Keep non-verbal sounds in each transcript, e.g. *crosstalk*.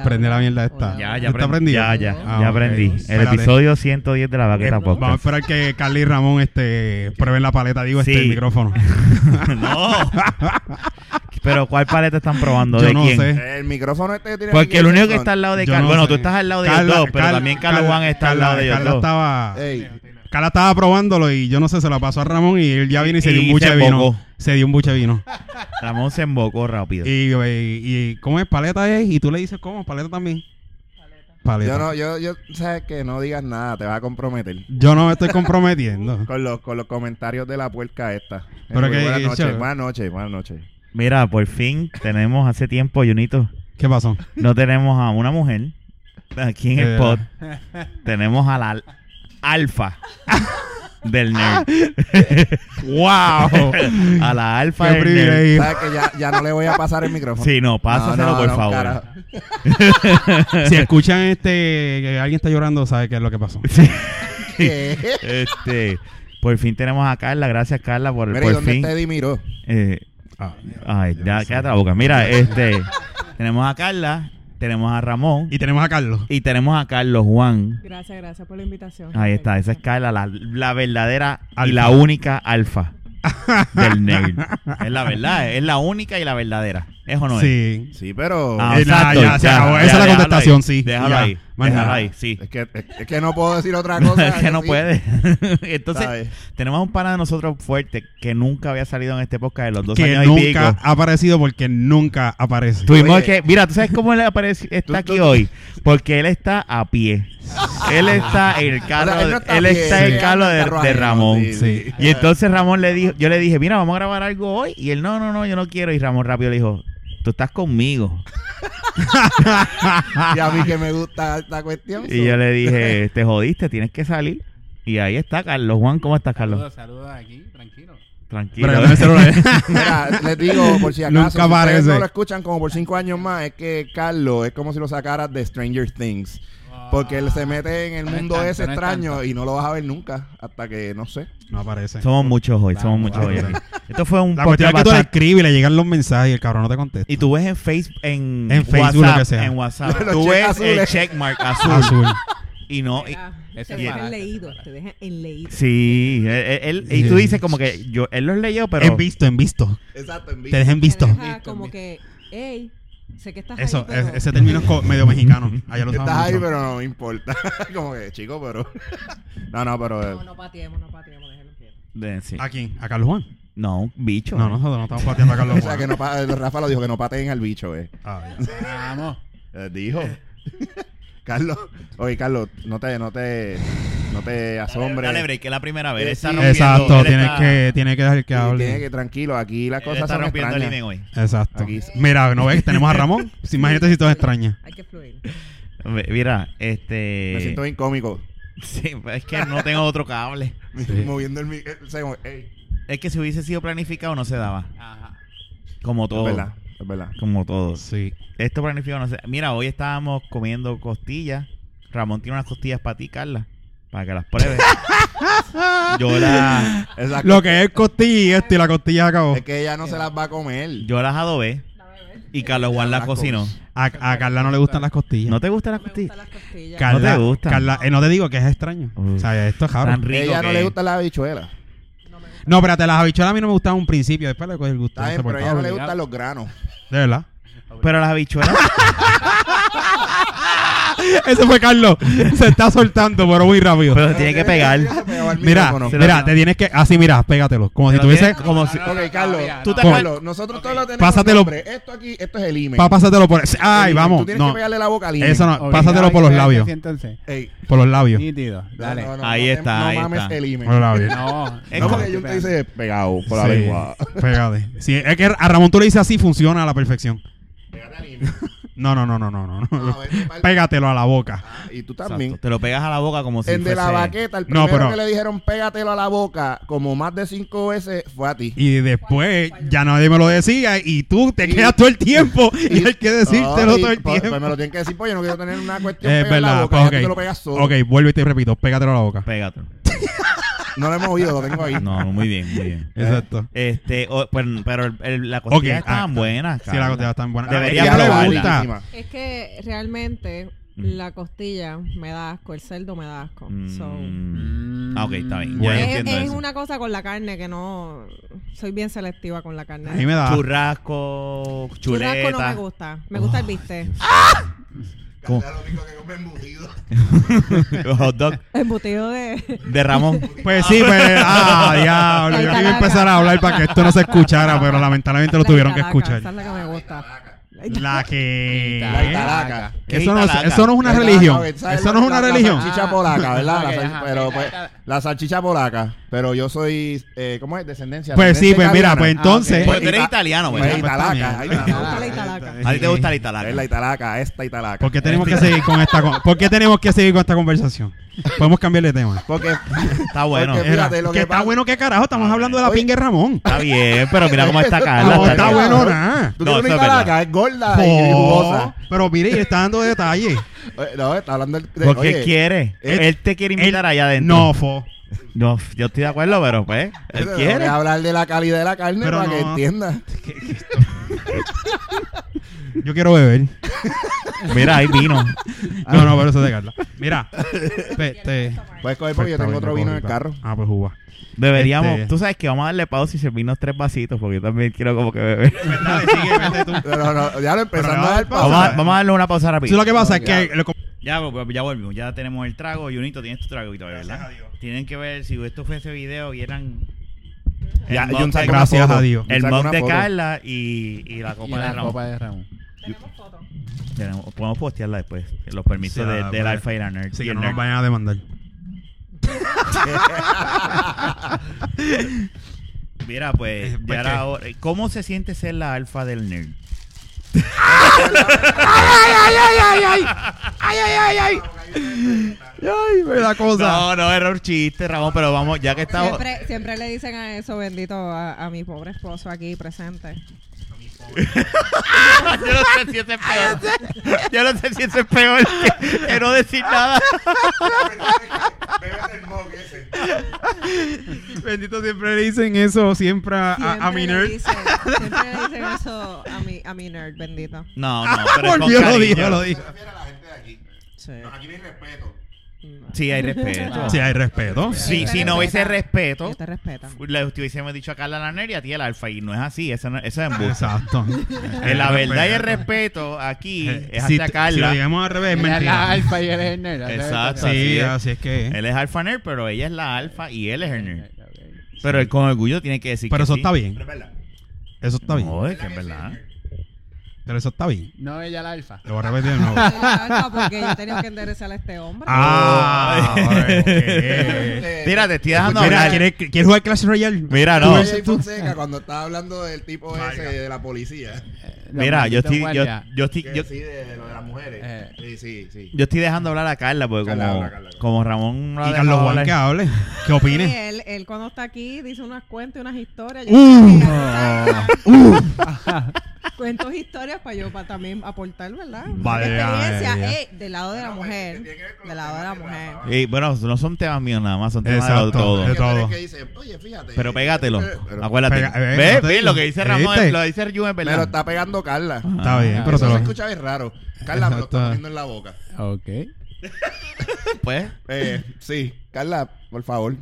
aprendí la mierda esta. Ya, ya ¿Está aprendí. aprendido? Ya, ya, Ah, ya ok. aprendí. El Espérate. Eh, episodio 110 de la vaqueta Vamos a *laughs* podcast. esperar que Carly y Ramón este, prueben la paleta, digo, Sí. este el *laughs* micrófono. no. *laughs* Pero ¿cuál paleta están probando? Yo ¿De no quién? sé. El micrófono este que tiene Porque aquí el único es que está al lado de Yo Carlos. no bueno, sé. tú estás al lado de ellos Carla- dos, pero Carla- también Carlos Carla- Juan está al Carla- lado de ellos Carla dos. estaba, Ey. Carla estaba probándolo y yo no sé, se lo pasó a Ramón y él ya vino y se Y dio un buche de se vino. embocó. Se dio un buche de vino. Ramón se embocó rápido. Y, y, y- ¿cómo es? Paleta es. Y tú le dices, ¿cómo? Paleta también. Paleta. Yo no, yo, yo, sabes que no digas nada, te vas a comprometer. Yo no me estoy comprometiendo. Con los, con los comentarios de la puerca esta. Pero Muy que- buenas noches, yo- buenas noches, buenas noches. Mira, por fin tenemos hace tiempo, Junito, ¿Qué *laughs* pasó? no tenemos a una mujer aquí en Eh. el pod. *laughs* Tenemos a la al- alfa del nerd. *laughs* ¡Wow! *laughs* A la alfa Fue del nerd. privilegio. Sabes que ya, ya no le voy a pasar el micrófono. Sí, no, pásaselo, por favor. *laughs* *laughs* cara. Si escuchan este que alguien está llorando, sabe qué es lo que pasó. ¿Qué? Este, por fin tenemos a Carla. Gracias, Carla, por, Mira, ¿y por dónde fin. está Eddie Miró? Eh, Ah, ay, ya, cállate la boca. Mira, este, tenemos a Carla, tenemos a Ramón Y tenemos a Carlos. y tenemos a Carlos Juan. Gracias, gracias por la invitación. Ahí está, esa es Carla, la, la verdadera Alfa. y la única alfa del nerd. Es la verdad, es la única y la verdadera. ¿Es o no es? Sí. Sí, pero... Ah, Eh, nada, exacto, ya, se ya, acabó. ya, Esa es la déjalo ahí, contestación, sí. Déjalo Ya, ahí, más déjalo nada. ahí, sí. Es que, es, es que no puedo decir otra cosa. *laughs* Es que no sí. puede. Entonces, ¿Sabes? tenemos un pana de nosotros fuerte que nunca había salido en este podcast de los dos Que años y nunca pico. ha aparecido porque nunca aparece. Tuvimos Oye. que, mira, tú sabes cómo él apareció, está Tú- aquí tú- hoy, porque él está a pie. él está en el carro, O sea, él no está él bien, está en el sí. carro de, Carro de ajeno, Ramón. sí, sí. Y entonces Ramón le dijo, yo le dije, mira, vamos a grabar algo hoy. Y él, no, no, no, yo no quiero. Y Ramón rápido le dijo, tú estás conmigo. *laughs* Y a mí que me gusta esta cuestión. Y yo le *laughs* dije, te jodiste, tienes que salir. Y ahí está Carlos Juan, ¿cómo estás, Carlos? Saludos, saludos aquí, tranquilo. Tranquilo. Pero dame el celular. Mira, les digo, por si acaso, Nunca si ustedes aparece. no lo escuchan como por cinco años más, es que Carlos es como si lo sacaras de Stranger Things. Porque él se mete en el No es mundo tanto, ese no es extraño tanto. y no lo vas a ver nunca hasta que, no sé. No aparece. *laughs* Somos muchos hoy, Vamos, somos muchos hoy. vamos. aquí. Esto fue un La cuestión es que podcast tú le bastante- escribes y le llegan los mensajes y el cabrón no te contesta. Y tú ves en Facebook, en, En Facebook, WhatsApp, lo que sea. en WhatsApp, Los tú cheques ves azules. *laughs* el checkmark azul, Azul. y no, y- Mira, Ese te es dejan barato. leído, te dejan en leído. sí, él- él- y tú dices como que yo, él los leyó, pero En visto, en visto. Exacto, en Te dejen Te visto. deja Visto, como visto. que, hey, sé que estás ahí, Eso, pero es- ese término es co- medio mexicano. Allá lo Estás saben ahí, mucho. pero no me importa. *laughs* como que, chico, pero... *laughs* no, no, pero... eh, no, no pateemos, no pateemos, déjenlo quieto. De- sí. ¿A quién? ¿A Carlos Juan? no, un bicho. No, eh. nosotros no estamos pateando a Carlos *laughs* O sea, Juan. que no pa- Rafa lo dijo, que no pateen al bicho, eh. Ah, ya. Vamos. Eh, Dijo. *laughs* Carlos, oye, Carlos, no te, no te, no te asombres. Dale break, que es la primera vez. Eh, está sí. rompiendo- Exacto, él tienes está- que, tiene que dejar que Sí, tiene hable. que tranquilo, aquí las él cosas está son rompiendo el extrañas. límite hoy. Exacto. Aquí. Mira, no ves, tenemos a *laughs* Ramón. Sí, Imagínate si todo es extraña. Hay que fluir. Hombre, Mira, este... Me siento bien cómico. *laughs* *laughs* Sí, pues es que no tengo otro cable. Moviendo el mic- o sea, como, ey. Es que si hubiese sido planificado no se daba. Ajá. Como todo. Es verdad, es verdad. Como todos. Sí. Esto planificado no sé. Mira, hoy estábamos comiendo costillas. Ramón tiene unas costillas para ti, Carla. Para que *laughs* las pruebes. yo, las Exacto. Lo que es costilla y esto y la costilla se acabó. Es que ella no se las va a comer. yo las adobé. Y Carlos Juan las cocinó. A, a Carla no le gustan las costillas. ¿No te gustan las Me gustan costillas? las costillas. Cal- Carla, ¿No te gustan? Carla, eh, no te digo que es extraño. Mm. O sea, esto es Tan cabrón. rico ella no que le es. gusta la habichuela. No, espérate, las habichuelas a mí no me gustaban en un principio. Después le cogí el gusto. Está no bien, sé por pero a qué. ella no le Obligado. gustan los granos. De verdad. *laughs* Pero las habichuelas. Ese fue Carlos. Se está soltando, pero muy rápido. pero se tiene *laughs* que *laughs* pegar. Ella se pegó al mira, micrófono. se lo- mira, te tienes que. Así, mira, pégatelo. Como si Se lo tiene tuviese. como si- Ok, Carlos, tú te- Carlos, nosotros todos lo tenemos. Pásatelo. nombre. Esto aquí, esto es el IME. Pa, pásatelo por. Ay, El imen. vamos. Tú tienes No, que pegarle la boca al IME. eso no. Pásatelo por los labios. Entonces, Ey, Por los labios. nítido. Dale. no, No, no, no Ahí te- está, No ahí mames está. el IME. Por los labios. es No, como- porque yo te dice pegado por la Sí, lengua. Pégate. Sí, es que a Ramón tú le dices así, funciona a la perfección. Pégate al IME. No, no, no, no, no, no. No, no. a ver, qué Ah, pal- *laughs* Pégatelo a la boca. Y tú Exacto, también. Te lo pegas a la boca como si el de la fuese- baqueta, el pues No, primero pero- que le dijeron pégatelo a la boca, como más de cinco veces, fue a ti. Y después ya nadie me lo decía y tú te quedas todo el tiempo y él que decírtelo No, y todo el pues- tiempo. Pues me lo tienen que decir, pues yo no quiero tener una cuestión Es pegada en la verdad, boca, pues ya ok. tú te lo pegas solo. Eh, Ok, vuelvo y te repito, pégatelo a la boca. Pégatelo. No lo hemos oído, lo tengo ahí. No, no, muy bien, muy *laughs* bien. Exacto. Este, o- pero, pero el- el- la Eh. Ok, costilla es tan ah, buena. Sí, la costilla está tan buena. Debería Ella probarla. le gusta. Es que realmente Mm. la costilla me da asco, el cerdo me da asco. So, Mm. Mm. Ah, ok, está bien. Bueno. ya es entiendo es eso. una cosa con la carne que no. Soy bien selectiva con la carne. A mí me da. Churrasco, chuleta. Churrasco no me *laughs* gusta. Me gusta el bistec. ¿Cómo? lo único que come embutido. Hot dog Embutido de. de *laughs* Ramón. Pues sí, pues. Ah, diablo. Yo Ay, iba a empezar a hablar para que esto no se escuchara, pero lamentablemente lo la tuvieron que italaca, escuchar. Esa es la que me gusta. La que. La italaca. ¿Qué Eso no, es- italaca? eso no es ¿Eh? una La religión. italaca, ¿sabes? Eso no es una La- religión. La salchicha polaca, ¿verdad? La Ok, sal- ajá. pero pues, la salchicha polaca. Pero yo soy, eh, ¿cómo es? Descendencia. Pues sí, pues descendencia mira, pues italiana. entonces. Porque tú eres Ita- italiano, Ah, Pues, ¿verdad? pues, italaca. también. ay, Me gusta Ah, la italaca. italaca. A ti te gusta la italaca. Es la italaca, esta italaca. ¿Por qué tenemos que seguir con esta con- ¿Por qué tenemos que seguir con esta conversación? Podemos cambiar de tema. Porque Está bueno. Porque- Era- Fíjate lo que que está pasa. bueno que carajo, estamos hablando de la Oye. pingue Ramón. Está bien, pero mira cómo *laughs* está Carla. No, la- está la- bueno la- nada. tú No, tienes eso es una italaca, es gorda y Po, jugosa. Pero mire, y está dando detalles. Oye, No, está hablando del- de, Porque oye, él quiere. él- él te quiere invitar él- allá adentro. No, fo. No, yo estoy de acuerdo, pero pues, él pero quiere. voy a hablar de la calidad de la carne Pero para que no. entienda. Yo quiero beber. Mira, ahí vino. No, no, pero eso es de Carla. *laughs* Mira. Pe- te- Puedes coger porque pues, yo Pues está tengo bien, otro no vino puedo en el gritar. carro. Ah, pues uva. Deberíamos, Este- tú sabes que vamos a darle pausa y servirnos tres vasitos, porque yo también quiero como que beber. Pues *laughs* Pero no, ya lo Pero empezando no, a dar Vamos pausa. a, vamos a darle una Eso pausa es rápida. lo que pasa, es Ya. que... lo- Ya, pues, ya volvimos, ya tenemos el trago. Junito, tienes tu trago y todo, ¿verdad? Tienen que ver si esto fuese video y eran Ya, El Jun mug saca de- una Gracias foto. a Dios. Jun el saca mug una de foto. *laughs* Carla y, y la copa de la Ramón. copa de Ramón. Tenemos fotos. Tenemos- Podemos postearla después, los permisos Sí, de- ah, del vale. Alfa y la Nerd. Sí, Y que el no pues, nos Nerd. vayan a demandar. Mira, pues, Eh, ya ¿por era qué? hora. ¿cómo se siente ser la Alfa del Nerd? Ay, me da cosa. No, no, era un chiste, Ramón, pero vamos, ya que estamos... Siempre, siempre le dicen a eso, bendito, a, a mi pobre esposo aquí presente. *laughs* Yo no sé si ese es peor. Yo no sé si ese es peor que, que no decir nada. Bendito siempre le dicen eso siempre a, a- a mi Siempre le nerd. *laughs* dicen- siempre le dicen eso a mi, a mi nerd, bendito. *laughs* No, no, pero es con Volvió, lo cariño. dijo, lo dijo. Sí. Aquí no hay respeto. Sí, hay respeto. Sí, hay respeto. Sí, si no hubiese respeto, Yo te respeto. *laughs* le hubiésemos dicho a Carla Lanner y a ti el alfa. Y no es así, eso, no, eso es embuste. *laughs* Exacto. la verdad y el respeto aquí Eh, es si, hacia si lo Carla. llegamos al revés, es Ella es la mentira. alfa y él es el nerd. Exacto. Sí, Así así, es. es que. él es alfa nerd, pero ella es la alfa y él es el nerd. Pero él con orgullo tiene que decir Pero que eso sí. está bien. Eso está bien. No, es que es verdad. Pero eso está bien. No, ella es la alfa. Lo voy a repetir de nuevo. *laughs* Soy la alfa porque yo tenía que enderezar a este hombre. ah, Oh. vale, ok. Mira, te estoy dejando Mira, hablar. ¿quieres, ¿quieres jugar Clash Royale? Mira, No, no. Fonseca cuando estaba hablando del tipo ese de la policía. Eh, Mira, yo estoy, yo, yo estoy, Que yo, sí, de, de lo de las mujeres. Eh. Sí, sí, sí. yo estoy dejando hablar a Carla porque Carla, como, habla, Carla, habla. como Ramón no la Y deja Carlos Juan hablar. que hable. ¿Qué Sí, opines? él, él cuando está aquí dice unas cuentas y unas historias. Yo Uh. sé que ya tú sabes. *laughs* Cuentos historias para yo para también aportar, ¿verdad? Vale, Mi vale, experiencia ya. eh, del lado de la mujer. Del lado de la mujer. Y, bueno, no son temas míos nada más, son temas de Exacto. todo. De Porque tú eres todo. que dice, oye, fíjate. eh, Pero pégatelo, Pero- acuérdate. Pega- eh, no ¿Ves? te ¿Ves? digo. Lo que dice Ramón, ¿Viste? lo dice Jun es verdad. Me lo está pegando Carla. Ah, Está bien, pero te Eso lo. se escucha bien raro. Carla me lo Exacto. está poniendo en la boca. Ok. Pues, Eh, sí. Carla, por favor.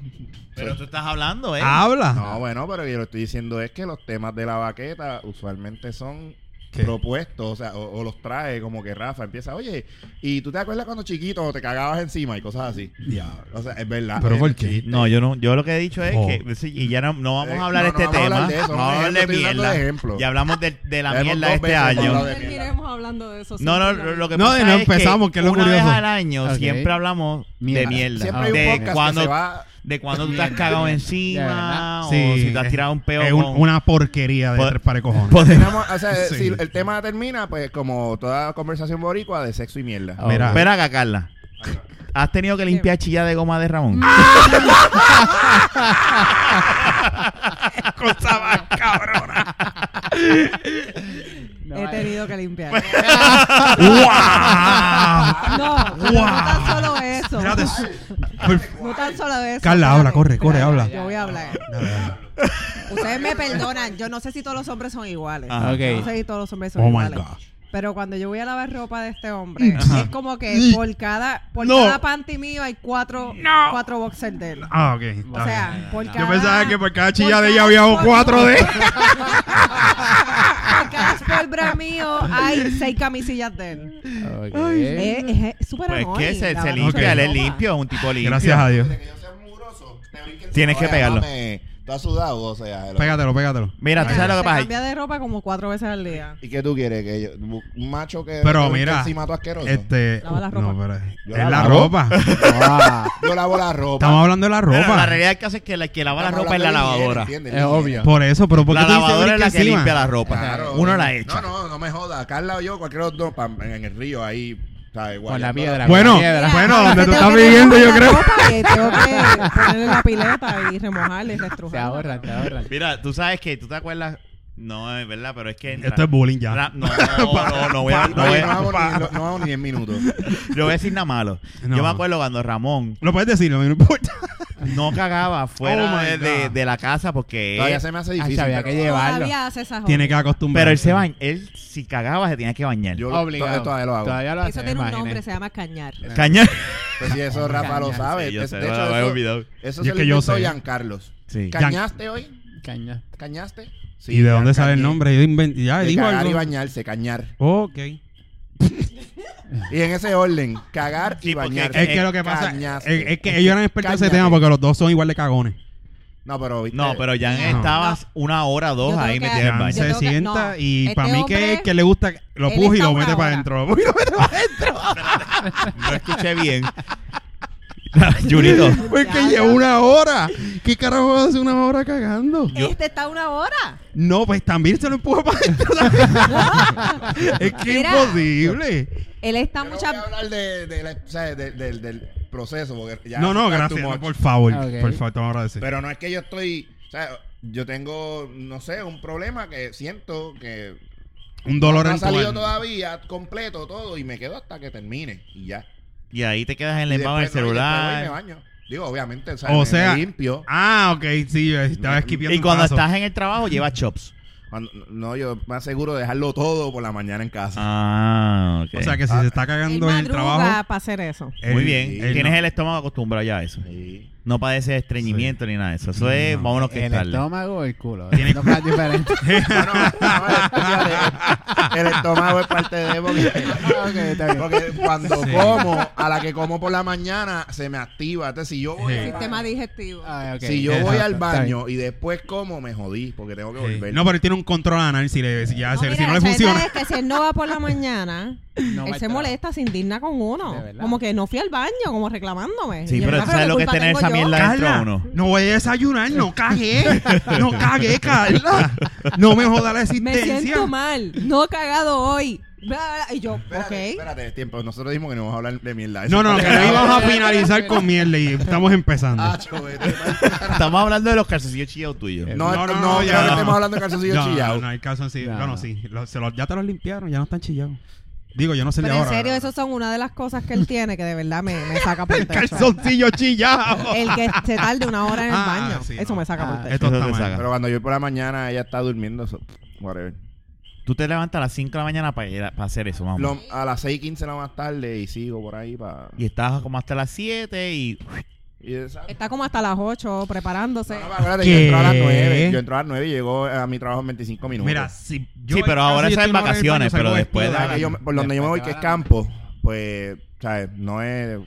pero tú estás hablando, ¿eh? Habla. No, bueno, pero yo lo estoy diciendo es que los temas de la baqueta usualmente son ¿Qué? propuestos, o sea, o, o los trae como que Rafa empieza, oye, ¿y tú te acuerdas cuando chiquito te cagabas encima y cosas así? Diablo. O sea, es verdad. Eh, ¿Pero es por qué? chiste. No, yo no, yo lo que he dicho es Oh. que sí, y ya no, no vamos Eh, a hablar no, de este no vamos a tema. hablar de eso, no vamos a un hablar de ejemplo, estoy dando mierda. de ejemplo. Y hablamos de, de la Ya hemos mierda de dos este veces año. hablado No de mierda. terminaremos hablando de eso. No, no, siempre. lo lo que No, pasa no es empezamos, que es lo una curioso. vez al año Ok. siempre hablamos de Mierda. mierda. Siempre hay un de podcast que cuando, se *laughs* va- de cuando tú te has cagado encima Sí, o si te has tirado un peo. Es un- con- *laughs* una porquería de Pod- tres pares cojones. Podemos- Terminamos, o sea, Sí. si el tema termina, pues como toda conversación boricua de sexo y mierda. Ah, Mira. Espera acá, Carla. ¿Has tenido que limpiar chilla de goma de Ramón? cosa más cabrona. No, He vale. tenido que limpiar. *laughs* Pues, ¡Wow! No, pero no tan solo eso. *laughs* Espérate. No tan solo de eso. espérate, Carla, habla, corre, corre, espérate, habla. Yo voy a hablar. Dale, dale. Ustedes me perdonan. Yo no sé si todos los hombres son iguales. Ajá. Yo No sé si todos los hombres son Oh my iguales. God. Pero cuando yo voy a lavar ropa de este hombre, Ajá. es como que por cada, por Mm. No. cada panty mío hay cuatro, cuatro boxers de él. Ah, ok. está O sea, bien. por cada... yo pensaba que por cada chilla por de ella cada había sport- cuatro de. por cada sport bra mío hay seis camisillas de él. Ok. Es- Es es súper Pues annoying, que se, se lavar limpia, mucho Ok. él es ropa. limpio, es un tipo limpio. Gracias a Dios. Desde que yo sea mugroso, te brinquen Tienes que encima, pegarlo. "Oye, mame, Tú has sudado, o sea. lo- Pégatelo, pégatelo. Mira, tú Se sabes lo que pasa. cambia de ropa como cuatro veces al día. ¿Y qué tú quieres? Que yo- un macho que. Pero que brinque mira, Encima tú asqueroso. Este. Lava la No, ropa. pero. Yo Es la la lavo. ropa. Ah, Yo lavo la ropa. Estamos hablando de la Pero ropa. la realidad es que hace es que la que lava la Estamos ropa es la hablando de higiene, lavadora. ¿entiendes? es obvio. Por eso, pero ¿por qué La tú dices lavadora es la brinca que encima? limpia la ropa. Claro. Uno la echa. No, no, no me jodas. Carla o yo, cualquiera de los dos, pam, en el río ahí. ¿sabes? Con la Guayando piedra. Bueno, con la piedra. *laughs* bueno, ahora donde que tú tengo estás que viviendo, yo lavar la creo. ropa, eh, Tengo que ponerle la pileta y remojarla y Se restrujarla. ahorran, se ahorran. Mira, tú sabes que, tú te acuerdas. No, es verdad, pero es que. entra- Esto es bullying ya. La- *laughs* no, no, no voy a, no voy Oye, a- no vamos ni- no- no vamos ni 10 minutos. yo voy a decir nada malo. No. Yo me acuerdo cuando Ramón Lo puedes decir, no me importa. no cagaba Oh fuera my de, de- God. de la casa porque. Todavía él- se me hace Ah, difícil. había que pero- llevarlo. Todavía hace esas Tiene que jodas. acostumbrar. pero él se baña. Él, si cagaba, se tenía que bañar. Yo Obligado. to- todavía lo hago. Todavía lo Eso hace, tiene un imagínate. nombre, se llama cañar. Caña. Pues sí, eso Rafa lo sabe. Sí, yo Es- sé, de lo hecho, había eso- olvidado. Eso Yo se es lo que yo inventó sé. Jean Carlos. Sí. ¿Cañaste hoy? Caña. ¿Cañaste? Sí, ¿Y de Jean dónde sale el Cañé. nombre? Yo inven- Ya, De dijo cagar y algo. *laughs* bañarse, cañar. Ok. Y en ese orden, cagar Sí, y porque- bañarse. Es que lo que pasa es, Cañaste. es que ellos eran expertos en ese Cañate. tema porque los dos son igual de cagones. No, pero viste. No, pero ya No. estabas una hora o dos Yo tengo ahí que- metido en Ya el Yo baño. se tengo que- sienta no, y este para mí que, hombre- que le gusta lo él puja y está lo una mete para hora. adentro. *laughs* Lo puja y lo mete para No escuché bien. Junito. Pues que Ya, lleva ya. una hora. ¿Qué carajo hace una hora cagando? Este está una hora. No, pues también se lo empuja *laughs* para adentro. *laughs* es que es Mira. imposible. Él está Yo no voy a muchas hablar de, de la- o sea, de- del- del proceso. Porque ya no, no, that's too gracias. no, much. por favor. Ah, ok. Por favor, te vamos a agradecer. Pero no es que yo estoy. O sea, yo tengo, no sé, un problema que siento que Un dolor no en ha tu salido alma. todavía completo todo y me quedo hasta que termine y ya. Y ahí te quedas en el Y embado en el después, no, y después voy y me celular. baño. Digo, obviamente, o sea, O me- sea- me limpio. Ah, ok, sí, estaba esquipiando Y cuando estás en el trabajo, llevas chops. Cuando- no, yo me aseguro de dejarlo todo por la mañana en casa. Ah, ok. O sea, que si se está cagando en el trabajo... para hacer eso. él- Muy bien. él Tienes no. el estómago acostumbrado ya a eso. Sí. No padeces de estreñimiento ni nada de eso. Eso es, vámonos que El estarle. estómago o el culo. Es más diferente. *laughs* Bueno, no, es- fíjate, el estómago es parte de porque, *laughs* Ok, está bien. porque cuando como, a la que como por la mañana, se me activa. Entonces, si yo voy, Sí. al Sistema baño- digestivo. Ah, ok. si yo voy Exacto, al está bien. baño y después como, me jodí porque tengo que Sí. volver. No, pero él tiene un control anal si, le, si, ya, No, se- mira, si no le la chaqueta funciona. es que si él no va por la *laughs* mañana, No va al él se trabajo. molesta, se indigna con De uno. verdad. Como que no fui al baño, como reclamándome. Sí, Y yo, pero "Ah, tú sabes ¿qué lo que es culpa tener tengo esa yo?" mierda dentro Carla, uno. no voy a desayunar, no cagué. No cagué, Carla. No me joda la Me existencia. siento mal, no he cagado hoy. Bla, bla, bla. Y yo, Espérate, ok. espérate, tiempo. Nosotros dijimos que no vamos a hablar de mierda. No, no, que no íbamos a finalizar con mierda y estamos empezando. *laughs* Ah, chovete. *laughs* Estamos hablando de los calzoncillos chillados tuyos. No, No, no, no, no, no, creo ya que no. estemos hablando de calzoncillos no, chillados. No, no, el caso sí. No. Bueno, sí. Lo- se los- ya te los limpiaron, ya no están chillados. Digo, yo no sé el Pero de en ahora. serio, *laughs* esas son una de las cosas que él tiene que de verdad me, me saca por El el techo. *laughs* calzoncillo chillado. El que se tarde una hora en el Ah, baño. sí, Eso no. me saca Ah, por techo. Esto Eso está te mal. saca. Pero cuando yo voy por la mañana, ella está durmiendo. so- whatever. Tú te levantas a las 5 de la mañana para hacer eso, vamos. Lo- a las 6.15 de la más tarde y sigo por ahí para... Y estabas como hasta las 7 y... Y esa- Este, Está como hasta las 8 preparándose. No, no, acuérdate, yo ¿Qué? entro a las 9. Yo entro a las 9 y llego a mi trabajo en 25 minutos. Mira, si yo Sí, pero casi ahora estoy está en una hora el vacaciones, baño, pero salgo después vestido O sea, de que yo- baño. por donde yo me voy, que es campo, pues, ¿sabes? No es,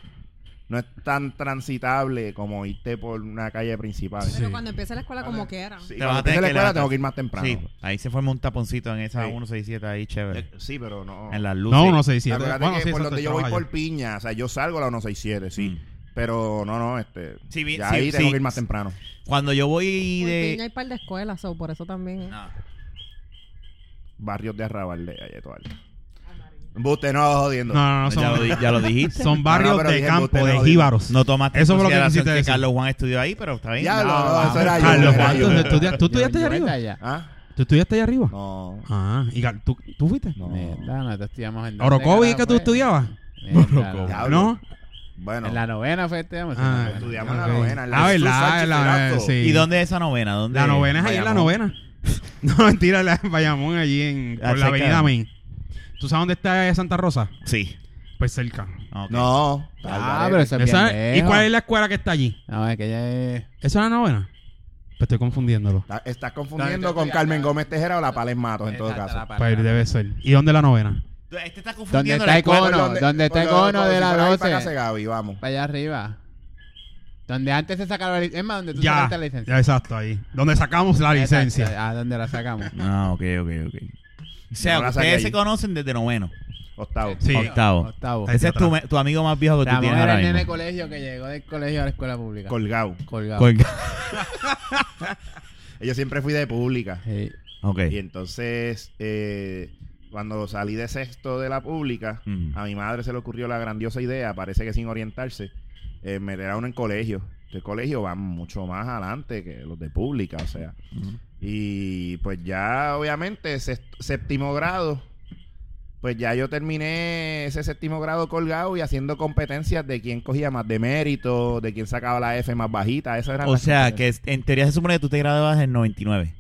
no es tan transitable como irte por una calle principal. Pero cuando empiece la escuela, como quiera. Te Sí, vas cuando a tener empiece la que escuela levantar. tengo que ir más temprano. Sí, ahí se forma un taponcito en esa Sí. 167 ahí, Eh, chévere. Sí, pero no. En las luces. No, no sé si Acuérdate Bueno, que sí, por exacto, donde el yo voy trabajo por allá. piña, o sea, yo salgo a la 167, sí. Mm. Pero no, no, este. Sí, bien, ya sí, ahí sí. tengo que ir más temprano. Cuando yo voy Uy, Piña de... hay par de escuelas, so, por eso también. ¿eh? No. Barrios de Arrabal de Galleto Alto. Buste, no, jodiendo. No, no, no, Ya lo, di- son, ya *laughs* lo dijiste. son No, no, barrios pero de dije, campo, usted de lo dijo. jíbaros. No tomaste Eso fue lo que consideración quisiste decir. Carlos Juan estudió ahí, pero está bien. Ah, Ya No, lo, no, vamos. eso era yo. Carlos, era yo. ¿cuántos estudias- tú Yo- estudiaste yo allá está arriba? allá. ¿Ah? ¿Tú estudiaste allá arriba? No. Ah, y Gal- ¿tú, tú fuiste? No. Pues, Mierda, no te estudiamos en ¿Orocovi es que tú estudiabas? Mierda, no. Diablo. ¿No? Bueno, En la novena fue este año. Ah, estudiamos en la ok. novena, en la Ah, Jesús verdad, Sánchez la- Velasco. sí. ¿Y dónde es esa novena? ¿Dónde La novena es ahí en la Bayamón. novena. *laughs* No, mentira, la en Bayamón, allí en, Ah, por la cerca. avenida Main. ¿Tú sabes dónde está Santa Rosa? Sí. Pues cerca. Ok. No, Ah, Alvarez. pero eso es bien Esa- ¿Y lejos. cuál es la escuela que está allí? No, es que ella es... ¿Esa es la novena? Pues estoy confundiéndolo. Está- Estás No, confundiendo yo con estoy Carmen acá. Gómez Tejera o la Pales Matos, en todo Exacto, caso. la palabra. Pues debe ser. ¿Y dónde es la novena? Este está ¿Dónde confundiendo está la escuela. Icono? Donde- ¿Dónde está donde- Icono como de si la fuera ahí para casa 12? de Gaby, vamos. Para allá arriba. Donde antes se sacaba la licencia. Es más, donde tú Ya, sacaste la licencia. ya, exacto, ahí. Donde sacamos la Exacto, licencia. Ah, donde la *laughs* sacamos. Ah, ok, ok, ok. O sea, No la saqué ustedes se allí. conocen desde noveno. Octavo. Sí. Octavo. Octavo. Ahí Ese es tu, atrás. me- tu amigo más viejo que tú Ramón tienes era ahora el nene de mismo. colegio que llegó del colegio a la escuela pública. Colgado. Colgado. Colga- Yo siempre fui de pública. Sí. Ok. Y entonces, eh, cuando salí de sexto de la pública, Mm. a mi madre se le ocurrió la grandiosa idea, parece que sin orientarse, eh, meter a uno en colegio. El colegio va mucho más adelante que los de pública, o sea. Ujú. Y pues ya, obviamente, sext- séptimo grado, pues ya yo terminé ese séptimo grado colgado y haciendo competencias de quién cogía más de mérito, de quién sacaba la F más bajita. Esa era O sea, que es- en teoría se supone que tú te graduabas en 99.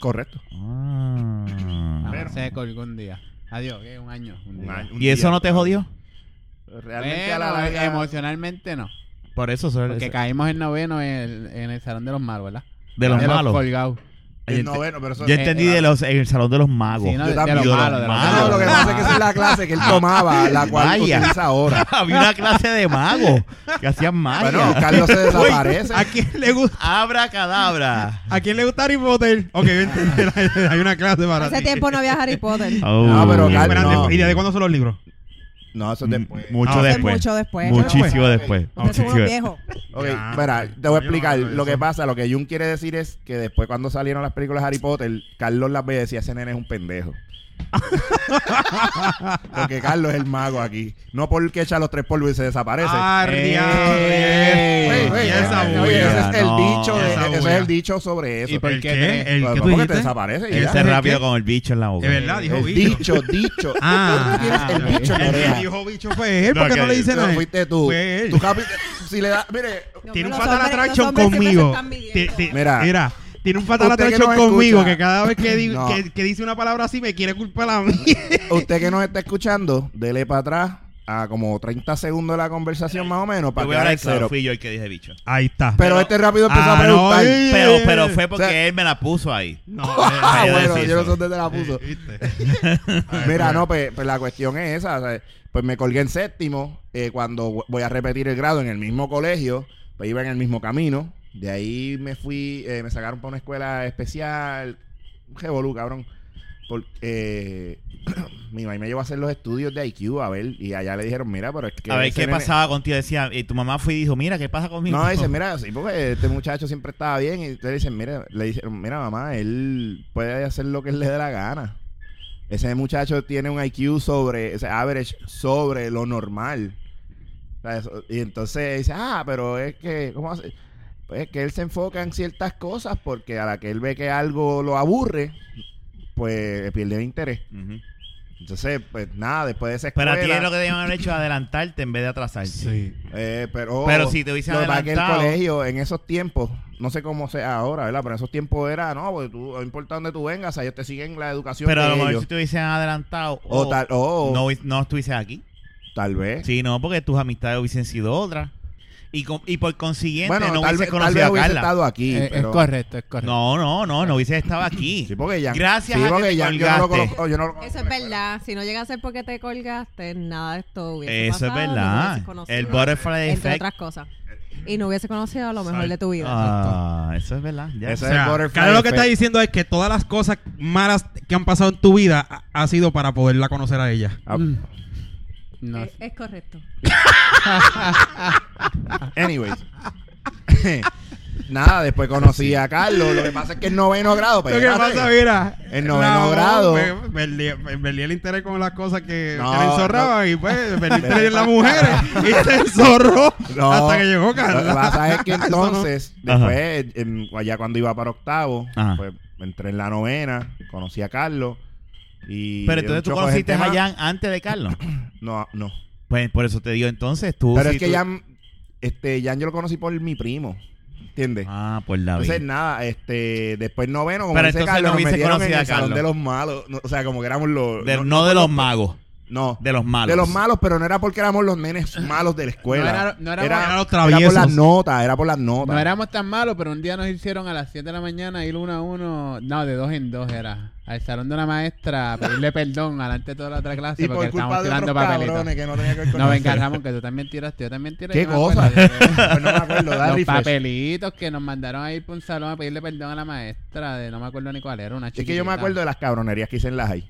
Correcto. Ah. Ramón Pero- se colgó un día. Adiós, que un año. Un Un día. año- un ¿Y eso día. no te jodió? Realmente a la Bueno, larga- emocionalmente no. Por eso, eso- Porque eso- caímos en noveno en el, en el salón de los malos, ¿verdad? de los malos. colgados. El noveno, pero eso Yo entendí eh, de los, en el salón de los magos. Sí, no, Yo de, de también. los Yo de los malos. de los malos. Ah, malos. lo que pasa es que esa es la clase que él tomaba, la cual Vaya. utiliza ahora. *laughs* Había una clase de magos que hacían magia. Bueno, Carlos se desaparece. ¿A quién le gusta? Abra cadabra. ¿A quién le gusta Harry Eh, Potter? Ok, yo entendí. *laughs* Hay una clase para Hace ti. tiempo no había Harry Potter. No, pero Y Carlos- espérate, no. ¿Y desde cuándo son los libros? No, eso es después. Mucho Ah, Hace después. Mucho después. Muchísimo después. Ustedes son unos Muchísimo. viejos. Ok, Ya. espera, te voy a explicar. Yo no hablo de Lo que eso. pasa, lo que Jun quiere decir es que después cuando salieron las películas de Harry Potter, Carlos las ve y decía, ese nene es un pendejo. porque Carlos es el mago aquí. No porque echa los tres polvos y se desaparece. Ah, Ey, ey, Y esa ey, bulla. oye, ese es el No, dicho, de- esa ese bulla. es el dicho sobre eso. Y por- ¿El ¿El qué? qué? ¿El Pues, que tú porque te dijiste? desaparece y El ya. Ese ¿Ese rápido qué? con el bicho en la boca. De verdad, dijo El bicho. dicho, dicho. Ah, *laughs* Ah, el bicho en el que oreja. dijo bicho fue él, No, porque que no le dicen No, nada. fuiste tú. Fue él. Tú capi- si le da, mire, No, Tiene un los fatal hombres- los attraction hombres siempre se conmigo. están midiendo. Ti- ti- Mira. Mira, tiene un fatal Usted que attraction nos conmigo escucha. que cada vez que, di- No. que, que dice una palabra así me quiere culpar a mí. usted que nos está escuchando, dele para atrás a como 30 segundos de la conversación más o menos Yo para voy que a haga hablar el claro, cero. fui yo el que dije bicho. Ahí está. Pero este rápido empezó Ah, a preguntar. no, y- Pero, pero fue porque O sea- él me la puso ahí. No, Ah, eh, Yo bueno, decía yo no eso. sé dónde te la puso. eh, ¿viste? *laughs* Mira, no, pues, pues la cuestión es esa. o sea, pues me colgué en séptimo. eh, cuando vo- voy a repetir el grado en el mismo colegio, pues iba en el mismo camino. De ahí me fui, eh, me sacaron para una escuela especial. Un revolú, cabrón. Porque eh, *clears throat* mi mamá me llevó a hacer los estudios de IQ, a ver. Y allá le dijeron, mira, pero es que. A ver ese qué nene- pasaba contigo. Decía, y tu mamá fue y dijo, mira, ¿qué pasa conmigo? No, *laughs* dicen, mira, sí, porque este muchacho siempre estaba bien. Y le dicen, mira, le dicen, mira, mamá, él puede hacer lo que él le dé la gana. Ese muchacho tiene un IQ sobre, ese average sobre lo normal. O sea, eso- Y entonces dice, ah, pero es que, ¿cómo hace? Pues es que él se enfoca en ciertas cosas porque a la que él ve que algo lo aburre, pues pierde el interés. Ujú. Entonces, pues nada, después de esa Pero escuela... a ti es lo que debían haber hecho adelantarte en vez de atrasarte. Sí. Eh, pero, Pero si te hubiesen lo que pasa es que adelantado- el colegio en esos tiempos, no sé cómo sea ahora, ¿verdad? Pero en esos tiempos era, no, porque tú, no importa dónde tú vengas, ellos te siguen la educación Pero a de lo mejor ellos. si te hubiesen adelantado O, o tal, o- no, hubi- no estuviese aquí. tal vez. Sí, no, porque tus amistades hubiesen sido otras. Y, con- y por consiguiente bueno, no tal, hubiesen vez- tal vez conocido a hubiese Carla. estado aquí, Eh, pero... Es correcto, es correcto. No, no, no, no hubiese estado aquí. Sí, porque ya... Gracias sí, a que porque te ya yo no lo colgaste. conozco- yo no lo conozco Eso en es la escuela. verdad. Si no llega a ser porque te colgaste, nada de esto hubiese Eso es pasado, no verdad. hubieses conocido, El butterfly Entre effect. otras cosas. Y no hubiese conocido a lo mejor Sal- de tu vida. Ah, eso es verdad. ya. Eso O es sea, el butterfly Carlos lo que effect. está diciendo es que todas las cosas malas que han pasado en tu vida ha, ha sido para poderla conocer a ella. Ah, Mm. No Es, es correcto. *laughs* Anyways. *laughs* Nada, después conocí a Carlos. Lo que pasa es que en noveno grado... pues, Lo que espérate. pasa, mira. En noveno la- grado. me- Perdí, me- perdí el interés con las cosas que No, que le enzorraban no. y pues perdí el interés en las *laughs* mujeres y se enzorró No. hasta que llegó Lo que Carla. pasa es *laughs* que Eso no. entonces, Ajá. después, en- allá cuando iba para octavo, Ajá. pues entré en la novena, conocí a Carlos. Y Pero un entonces tú choco de conociste gente a Jan más. antes de Carlos. No, no. Pues por eso te digo entonces, tú... Pero si es que Uh, tú- Jan, este, Jan yo lo conocí por mi primo, ¿entiendes? Ah, por la Entonces, vida. nada, este, después noveno, como Pero dice entonces Carlos, no nos hubiese metieron en conocido a el salón Carlos. de los malos. No, o sea, como que éramos los... De- no, no de los magos, no, de los malos. de los malos, pero no era porque éramos los nenes malos de la escuela. No era- no éramos- era, Eran los era por las traviesos. notas, era por las notas. No éramos tan malos, pero un día nos hicieron a las 7 de la mañana ir uno a uno, no, de dos en dos era, al salón de una maestra, a pedirle perdón alante de toda la otra clase y porque por estábamos culpa de tirando otros papelitos. cabrones que no tenía que ver con No, venga, nosotros. Ramón, que tú también tiraste, yo también tiré. ¿Qué yo me cosa? acuerdo. Pues no me acuerdo, da Los refresh. papelitos que nos mandaron a ir por un salón a pedirle perdón a la maestra de no me acuerdo ni cuál era, una chica. Es que yo me acuerdo de las cabronerías que hice en las hay.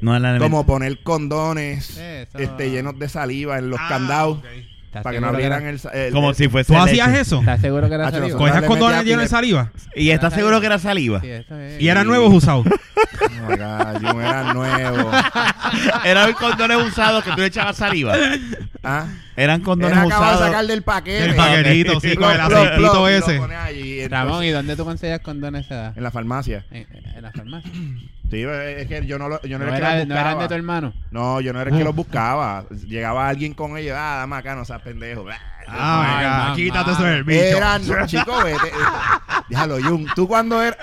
No en la Como poner condones Eso. este, llenos de saliva en los Ah, candados ok. ¿Estás para que no seguro abrieran era- el, sa- el- Como el- si fuese ¿Tú hacías leche. eso? ¿estás seguro que era Ah, yo no saliva? sé. ¿Cogías le condones metía llenos de pile- saliva? ¿Y estás seguro que era saliva? Sí, eso es. Y eran nuevos usados. Oh my God, Jun era nuevo. Eran condones usados que tú le echabas saliva. ¿Ah? Eran condones Era acabado de usados. sacar del paquete. El paquetito, sí, con el Plop, plop, aceitito plop, y lo ese. pone allí, entonces, Ramón, ¿y dónde tú conseguías condones a esa edad? En la farmacia. En, en la farmacia. Sí, es que yo no, lo- yo No, no, era el que era- los no eran buscaba. de tu hermano. No, yo no era el que los buscaba. Llegaba alguien con ellos. Ah, dame acá, no seas pendejo. Ah, Ay, venga, mamá. quítate eso del bicho. *laughs* Era, no, chico, vete. Déjalo, Jun. Tú cuando eras.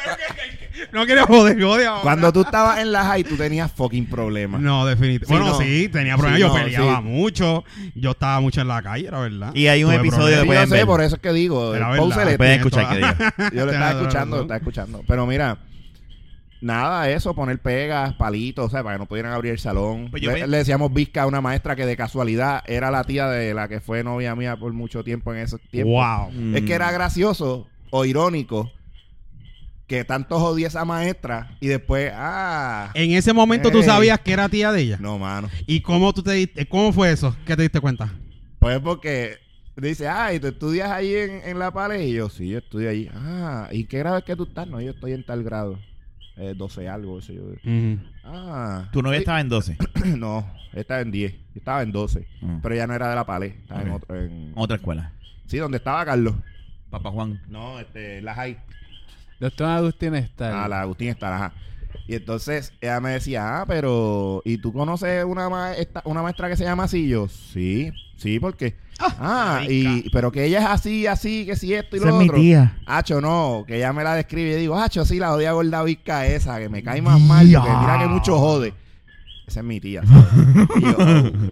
No quieres joder, joder ahora. Cuando tú estabas en la high, tú tenías fucking problemas. No, definitivamente. Sí, bueno, no. sí, tenía problemas. Sí, yo no, peleaba sí. mucho. Yo estaba mucho en la calle, era verdad. Y hay un Tuve episodio Sí, de- problemas. yo pueden sé, ver. por eso es que digo. Era Pónsele. verdad. Pueden escuchar ¿ah? que Tienes diga. toda- *laughs* Yo lo Tienes estaba toda la escuchando, lo razón. estaba escuchando. Pero mira, nada, eso, poner pegas, palitos, o sea, para que no pudieran abrir el salón. Pues yo le, me- le decíamos visca a una maestra que de casualidad era la tía de la que fue novia mía por mucho tiempo en esos tiempos. Wow. Mm. *laughs* Es que era gracioso o irónico que tanto jodía esa maestra y después, ah, En ese momento tú Ey. sabías que era tía de ella. no, mano. ¿Y cómo tú te diste, cómo fue eso? ¿Qué te diste cuenta? Pues porque dice, ay, ¿tú estudias ahí en, en La Pales? Y yo, sí, yo estudio ahí. Ah, ¿y qué grado es que tú estás? No, yo estoy en tal grado. Eh, 12 algo, eso yo. Ah. Mm. Tu novia Sí, estaba en 12. *laughs* No, estaba en 10. Yo estaba en 12. Mm. Pero ya no era de La Palé. Estaba en Ok. otro. en- Otra escuela. Sí, donde estaba Carlos. Papá Juan. No, este, la Jai. Doctor Agustín está. Ah, la Agustín está, ajá. Y entonces ella me decía, ah, pero. ¿Y tú conoces una, ma- esta- una maestra que se llama así? Y yo, sí, sí, porque. Ah, y, pero que ella es así, así, que si esto y lo otro. tía. Hacho, no, que ella me la describe y digo, Hacho, sí, la odia gorda visca esa, que me cae más mal, porque mira que mucho jode. Esa es mi tía. ¿sabes? Y yo, oh.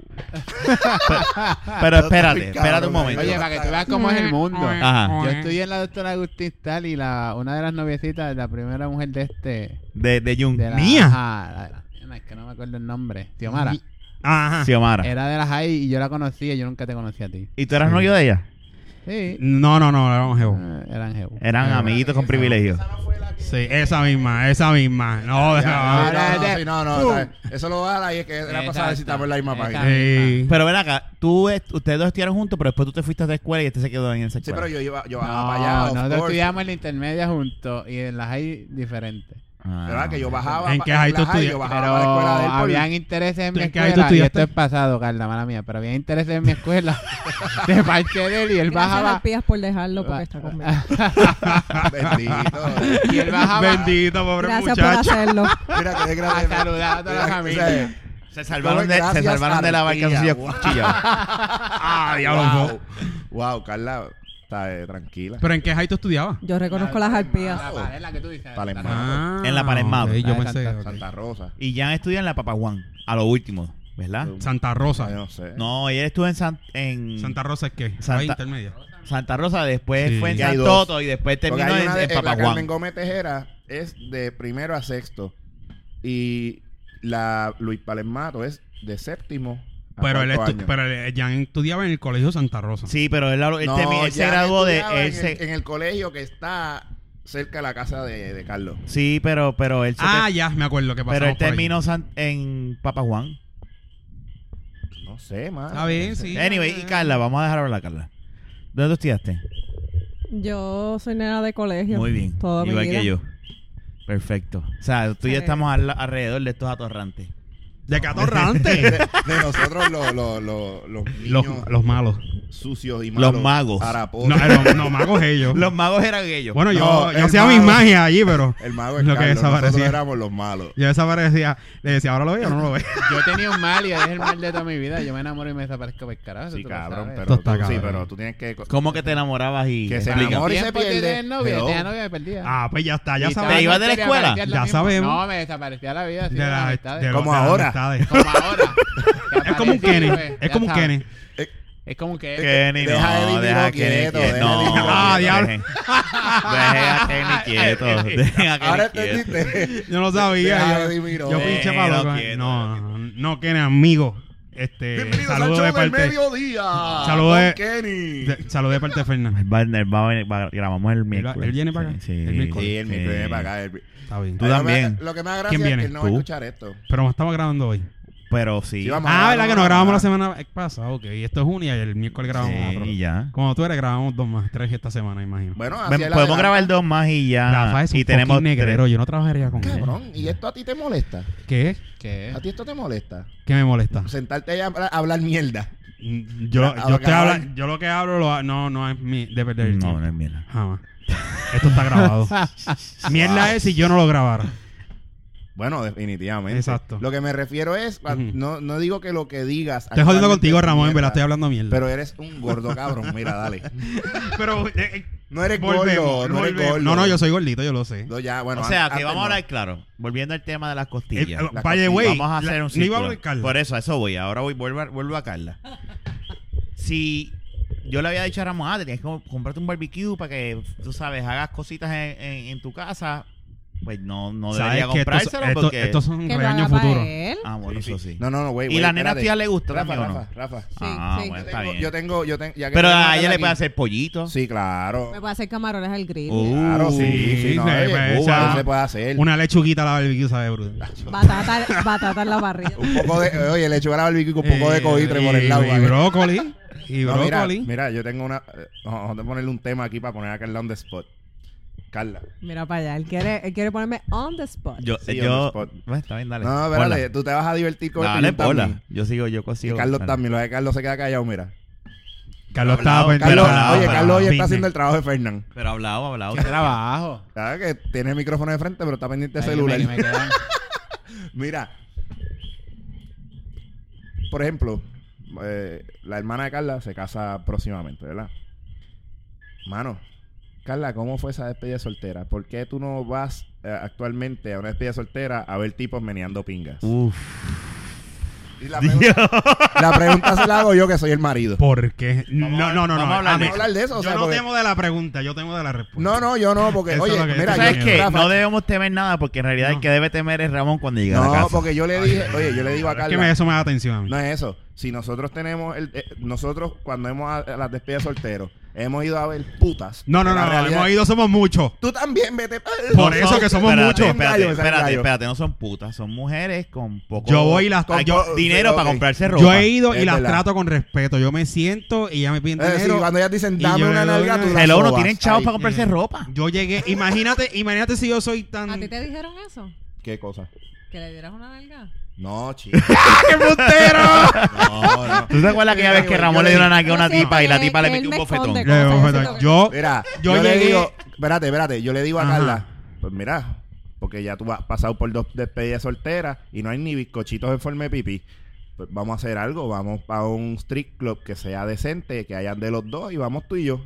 Ah, Pero espérate, espérate un momento. Oye, para que tú veas cómo es el mundo. Ajá. Yo estudié en la doctora Agustín Tal y la, una de las noviecitas, la primera mujer de este. De, de Jun. De la, ¿Mía? Ajá, la- la- es que no me acuerdo el nombre. Xiomara. Ah. Ajá. Xiomara. Era de la high y yo la conocía, yo nunca te conocí a ti. ¿Y tú eras novio de ella? Sí. No, no, no, era un jevo. Ah, eran jevo. Eran amiguitos con privilegios. Sí, esa misma, esa misma. No, ah, de- Ya, no, no, no, ya, no, sí, no, no, ¡Pum! ¿sabes? eso lo va a dar y es que era pasada si estamos en la misma Exacto. página. Exacto. sí. Pero ven acá, tú, est- ustedes dos estudiaron juntos, pero después tú te fuiste a la escuela y este se quedó en esa Sí, escuela. pero yo iba, yo No, bajaba para allá. nosotros of course. estudiamos en la intermedia juntos y en la high diferente. Ah. ¿Verdad? Que yo bajaba. ¿En pa- qué high tú la high, Yo estudias? Pero bajaba para la escuela de él. por- habían intereses en mi ¿En qué año tú escuela. Y esto estudiaste? es pasado, Carla, mala mía. Pero había intereses en mi *laughs* escuela de parte de él y él bajaba. Gracias a las pías por dejarlo porque está conmigo. *laughs* Bendito. Y él bajaba Bendito, pobre Gracias por muchacho. hacerlo. Mira que es a grande. saludar a toda la familia. Se salvaron de, se Gracias, salvaron de la barca Artía. sucia *laughs* cuchilla. Ah, diablo. Wow. no. Wow, Carla, está eh, tranquila. Pero en qué high tú estudiabas? Yo reconozco las arpías. La pared, la que tú dices. Palermo. la- En la Palermo. ok, yo Ah, pensé- Santa- ok. Santa Rosa. Y ya estudió en la Papá Juan, a lo último, ¿verdad? Santa Ay, Rosa. no sé. No, ella estuvo en, San- en Santa Rosa es qué? Santa- Santa intermedia. Santa Rosa, después Sí. fue en Y hay San dos. Toto y después Porque terminó hay en, una de- eh, en Papá la Carmen Juan. Gómez Tejera es de primero a sexto. Y la Luis Palermato es de séptimo. a Pero él, cuarto estu- año. pero él- Jan estudiaba en el colegio Santa Rosa. Sí, pero él, él, No, este terminó- él se Jan graduó de... estudiaba él en, se- el, en el colegio que está cerca de la casa de, de Carlos. Sí, pero, pero él se... Ah, ya, me acuerdo que pasó. pero él terminó san- en Papá Juan. No sé, más. Está bien, sí. Anyway, y Carla, vamos a dejar hablar a Carla. ¿Dónde tú estudiaste? Yo soy nena de colegio. Muy bien. Toda mi Igual vida. que yo. Perfecto. O sea, tú y yo Sí. estamos al- alrededor de estos atorrantes. De catorrante. *laughs* *laughs* De nosotros los, los, los, los niños. los, los malos. sucios y malos. Los magos. haraposos. No, no, no, magos ellos. *laughs* Los magos eran ellos. bueno, yo, No, yo el hacía mis mago. magias allí, pero el mago es Lo que Carlos, nosotros desaparecía. éramos los malos. yo desaparecía. Le decía, ahora lo veo, no lo veo. Yo tenía un mal y es el mal de toda mi vida. Yo me enamoro y me desaparezco por carajo. Sí, eso tú lo cabrón, sabes. pero, Esto está tú- sí, cabrón. pero tú tienes que... ¿Cómo que te enamorabas y Que se explica? enamore. Ahora y se Tiempo que pierde. tenía novia, Hello. tenía novia, perdida. Ah, pues ya está, ya Y sabes. ¿Te ibas de la estaba- escuela? aparecía lo Ya mismo. sabemos. No, me desaparecía la vida. sí, De de las la- amistades. de lo- Como de las ahora. *laughs* amistades. Como ahora. *laughs* pues, Es como un Kenny. Es como un Kenny. Es como un Kenny. Kenny, no, Este, Deja a Eddie deja a Dino Kenny quieto, quieto. deja a No, Eddie Dino Ah, dejen- diablo. Dejen a Kenny quieto. Dejen a Ahora Kenny quieto. entendiste. Yo no sabía. Deja Yo, de vivir, yo hombre. pinche Pero palo. quieto. No, no, no, Kenny, amigo. Este, saludo de parte. mediodía. Saludo con de- Kenny. de- Saludo de parte de Fernández. Wagner va a venir- va- grabamos el miércoles. él viene para acá? Sí, El sí, miércoles. Sí, el sí. micro viene para acá. el- Está bien. Tú Lo que me- también. Lo que me da Este, ¿Quién gracia es viene? que él no va a Tú. escuchar esto. Pero nos estamos grabando hoy. Pero sí. Sí, vamos. Ah, ¿verdad que grabamos nos grabamos la más. semana pasada? Ok, esto es una y el miércoles grabamos Sí, otro. y ya. Como tú eres, grabamos dos más, tres esta semana, imagino. Bueno, así Ven, es la podemos de- grabar dos más y ya. Rafa es un y tenemos fucking negrero, tres. yo no trabajaría con él. Cabrón, ¿y esto a ti te molesta? ¿Qué? ¿Qué? ¿A ti esto te molesta? ¿Qué me molesta? Sentarte ahí a hablar, a hablar mierda. Mm, Yo, Ah, yo, ok, estoy ahora- habla- yo lo que hablo lo ha- no, no es mi, de perder el No, tiempo. no es mierda. Jamás. Esto está *laughs* grabado. Mierda es si yo no lo grabara. Bueno, definitivamente. Exacto. Lo que me refiero es, a- Ujú. no, no digo que lo que digas. Estoy jodiendo actualmente contigo, es Ramón, en mierda, verdad estoy hablando mierda. Pero eres un gordo cabrón, mira, dale. *laughs* Pero, eh, eh, No eres volvemos, gordo, no eres volvemos. gordo. No, no, yo soy gordito, yo lo sé. No, ya, bueno, O sea, an- que antes vamos a no. hablar claro. Volviendo al tema de las Eh, costillas. eh, la by the cocina. way, vamos a hacer la- un no iba a círculo. hablar Carlos. Por eso, a eso voy. Ahora voy, vuelvo, a- vuelvo a Carla. Si yo le había dicho a Ramón, ah, tenías que com- comprarte un barbecue para que, tú sabes, hagas cositas en, en- en tu casa, pues no, no Sabes debería que estos, comprárselo estos- porque... estos son Que lo haga regaños para futuros. él. Ah, bueno, eso sí. No, no, no, güey. y güey, la nena espérate. tía le gusta Rafa, también, ¿o no? Rafa, Rafa. Sí, ah, sí. bueno, Yo está tengo- bien. Yo tengo, yo tengo. ya que Pero tenemos a ella le aquí- puede hacer pollito. Sí, claro. Me puede hacer camarones al grill. Uh, Claro, sí, sí, no, sí, oye, pues, Cuba, esa- no se puede hacer. Una lechuguita a la barbecue sabe brutal. Batata, batata en la barriga. Un poco de, oye, lechuga a la barbecue con un poco de Eh, coitre por y- el lado. Y ¿vale? brócoli. Y No, mira, brócoli. mira, yo tengo una. eh, Vamos a ponerle un tema aquí para poner a Carla on the spot. Carla. Mira para allá. Él quiere, él quiere ponerme on the spot. Yo, Sí, on the yo, spot. bueno, está bien, dale. No, Ponla. espérate, tú te vas a divertir con Dale, el pillín bola. también. Yo sigo, yo consigo. Y Carlos Dale. también, lo de Carlos se queda callado, mira. Carlos Hablado, estaba pues, Carlos, hablado, oye, pero- Carlos hoy está business. haciendo el trabajo de Fernán. Pero hablado, *laughs* hablado. ¿Qué trabajo? Claro que tiene el micrófono de frente, pero está pendiente de Ay, celular. me- me quedan- *laughs* Mira, por ejemplo, eh, la hermana de Carla se casa próximamente, ¿verdad? Mano, Carla, ¿cómo fue esa despedida de soltera? ¿Por qué tú no vas eh, actualmente a una despedida de soltera a ver tipos meneando pingas? Uf. Y la, pregunta, la pregunta se la hago yo que soy el marido. ¿Por qué? No, Vamos a- no, no. no, vamos a hablar Ah, de mira, eso. Hablar de eso, o sea, yo no porque- temo de la pregunta, yo temo de la respuesta. No, no, yo no, porque, Eso oye, es lo que- mira, ¿Tú ¿Sabes yo- qué? Rafa, no debemos temer nada porque en realidad el No. que debe temer es Ramón cuando llega a la no, casa. porque yo le dije, oye, yo le digo a Es Carla. que me, eso me da atención a mí. No es eso. Si nosotros tenemos el, eh, nosotros cuando hemos a, a las despedidas solteros, hemos ido a ver putas. No, no, La no, no, realidad- hemos ido, somos muchos. Tú también vete. Por eso que somos espérate, muchos. Espérate, Gallo, espérate, gallo. espérate, no son putas, son mujeres con poco Yo voy y las- con yo- poco dinero sí, para ok. comprarse ropa. Yo he ido y Es las verdad. trato con respeto. Yo me siento y ya me piden Eh, sí, dinero. cuando ellas dicen y dame yo una le doy nalga, tú una- la Hello, no sobas. tienen chavos Ay, para comprarse eh. ropa. Yo llegué, imagínate, imagínate si yo soy tan ¿A ti te dijeron eso? ¿Qué cosa? ¿Que le dieras una nalga? *laughs* No, chico. ¡Qué embustero! *laughs* No, no. ¿Tú te acuerdas aquella vez que Yo Ramón le- le dio una nalga a una Yo siento tipa y la que- tipa le que él metió un me bofetón? esconde Le digo, "Feta, Yo, *laughs* Mira, Yo yo, le llegué- digo, espérate, espérate, yo le digo a Ajá. Carla, pues mira, porque ya tú has pasado por dos despedidas solteras y no hay ni bizcochitos en forma de pipí. Pues vamos a hacer algo, vamos a un street club que sea decente, que hayan de los dos y vamos tú y yo. oh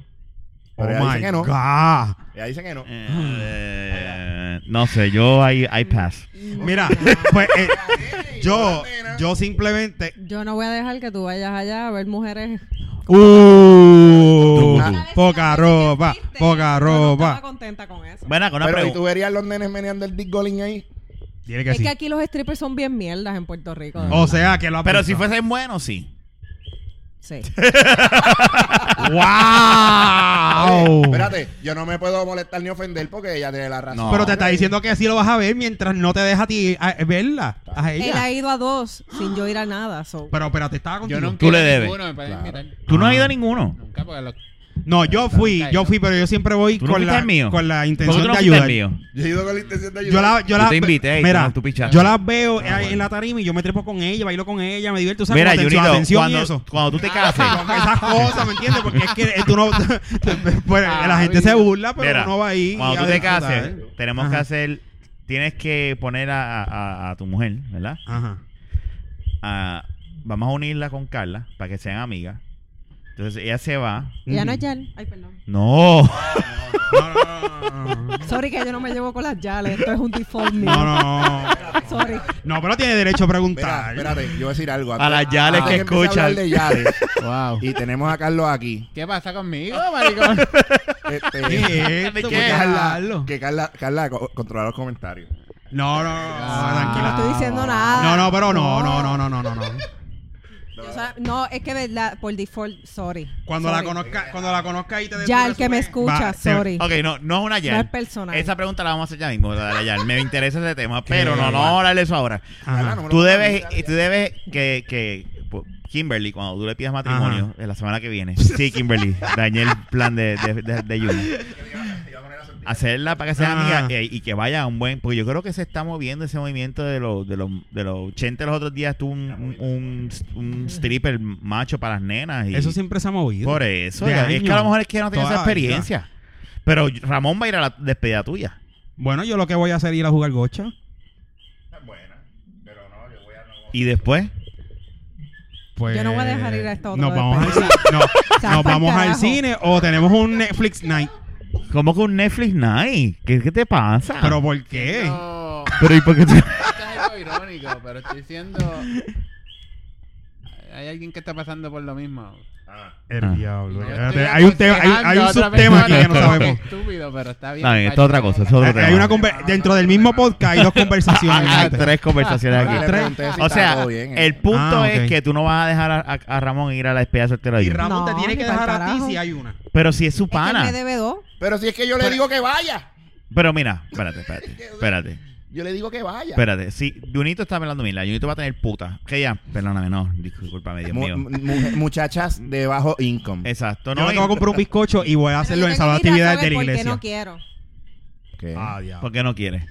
Pero ella dice my que no. God. Ella dice que no. Eh, no sé, yo ahí ahí pass. Mm. Mira, pues eh, yo, yo simplemente. Yo no voy a dejar que tú vayas allá a ver mujeres. Uh, Ah. poca ropa, poca Yo no ropa. estaba contenta con eso. Bueno, con una Pero ¿y pregunta. tú verías los nenes meneando el dick golín ahí. Tiene que es sí. Oh. que aquí los strippers son bien mierdas en Puerto Rico. de O verdad. sea que lo ha Pero si pensado. fuesen buenos, sí. Sí. ¡Wow! Espérate, yo no me puedo molestar ni ofender porque ella tiene la razón. No. Pero te está diciendo que así lo vas a ver mientras no te deja a ti a- verla, a Él ha ella. ido a dos sin yo ir a nada. so. Pero espérate, estaba Yo contigo. nunca Tú le he ido a debes. ninguno, me pueden Claro. invitar. Tú no Ah. has ido a ninguno. Nunca, porque los- No, yo fui, yo fui, pero yo siempre voy ¿Tú no con fuiste la, al mío? con la ¿Por qué intención tú no de fuiste ayudar. al mío? Yo he ido con la intención de ayudar. Yo la, yo Yo la te invité, y mira, tú- tú pichaste. yo las veo eh, Ah, bueno. en la tarima y yo me trepo con ella, bailo con ella, me divierto, ¿sabes? Mira, Con atención, Junito, atención y cuando, eso. cuando tú te cases, Con esas cosas, ¿me entiendes? Porque es que eh, tú no... *laughs* bueno, la gente se burla, Ah, pero mira, uno va ahí. cuando y tú a te disfrutar. cases, tenemos que Ajá. hacer, tienes que poner a, a- a tu mujer, ¿verdad? Ajá. A- vamos a unirla con Carla para que sean amigas. Entonces ella se va. Ya no mm. es Yal. Ay, perdón. No, Sorry que yo no me llevo con las Yales. Esto es un default mío. No, no, no. Sorry. No, pero tiene derecho a Mira, preguntar. espérate, yo voy a decir algo. A las Yales Antes que empiece a escuchan. hablar Ah, de Yales, Wow. y tenemos a Carlos aquí. ¿Qué pasa conmigo, maricón? Este, *laughs* ¿Qué es ¿De esto? qué? ¿Por qué Carla, hablarlo? que Carla, Carla co- controla los comentarios. No, no, no, Ah. no, Yo no tranquila. estoy diciendo nada. Ah. No, no, pero no, no, no, no, no, no. no. O sea, no, es que verdad, por default, sorry. Cuando Sorry. la conozca, cuando la conozca y te des Ya, tu el que me resumen, escucha, va, se- sorry. ok, no, no es una Yal. No es personal. Esa pregunta la vamos a hacer ya mismo, la de la Yal. Me interesa *laughs* ese tema, pero no, no vamos a hablar de eso ahora. Ajá. Carla, no me lo Tú puedo debes, comentar. tú debes que, que pu- Kimberly, cuando tú le pidas matrimonio, en la semana que viene. Sí, *laughs* Kimberly, dañé el plan de, de, de, de Yuna. Hacerla para que sea Ah. amiga eh, y, que vaya a un buen. Porque yo creo que se está moviendo ese movimiento de los de los de los 80 los otros días. Tuvo un, un, un stripper macho para las nenas. Y Eso siempre se ha movido. Por e- eso. De ya, es que a años. lo mejor es que no tiene Toda esa la vida. experiencia. Pero Ramón va a ir a la despedida tuya. Bueno, yo lo que voy a hacer es ir a jugar gocha. Y después. Pues, Yo no voy a dejar ir a esta otra Nos vamos al despedida. cine. *laughs* No, sea, nos pa'l vamos al carajo. cine o tenemos un Netflix night. ¿Cómo que un Netflix night? ¿Qué, qué te pasa? Pero ¿por qué? No, pero ¿y por qué tú- esto es algo irónico, pero estoy diciendo... Hay alguien que está pasando por lo mismo. Ah. El Ah. diablo. No espérate, estoy hay un tema, hay, aconsejando hay a un otra subtema aquí persona, que no es sabemos. Estúpido, pero está bien. No, esto es otra cosa, eso es *laughs* otro tema. Hay una conver- dentro del mismo podcast hay dos conversaciones. Ah, ah, antes. tres conversaciones Yo le aquí. Tres. pregunté si O estaba sea, todo bien. el punto Ah, ok. es que tú no vas a dejar a, a- a Ramón ir a la despedida soltera. Y de Jun. Ramón te No, tiene ni que pa'l dejar a ti carajo. si hay una. Pero si es su Es que él pana. me debe dos. Pero si es que yo le digo que vaya. Pero mira, espérate, espérate, espérate. Yo le digo que vaya. Espérate, si Junito está hablando mira, Junito va a tener puta. Que ya, perdóname, no, discúlpame, Dios Mu- mío. mu- muchachas de bajo income. Exacto, Yo no. me voy a y- comprar un bizcocho y voy a hacerlo en sábado actividades de la iglesia. Porque no quiero. ¿Qué? Ah, diablo. ¿Por qué no quiere?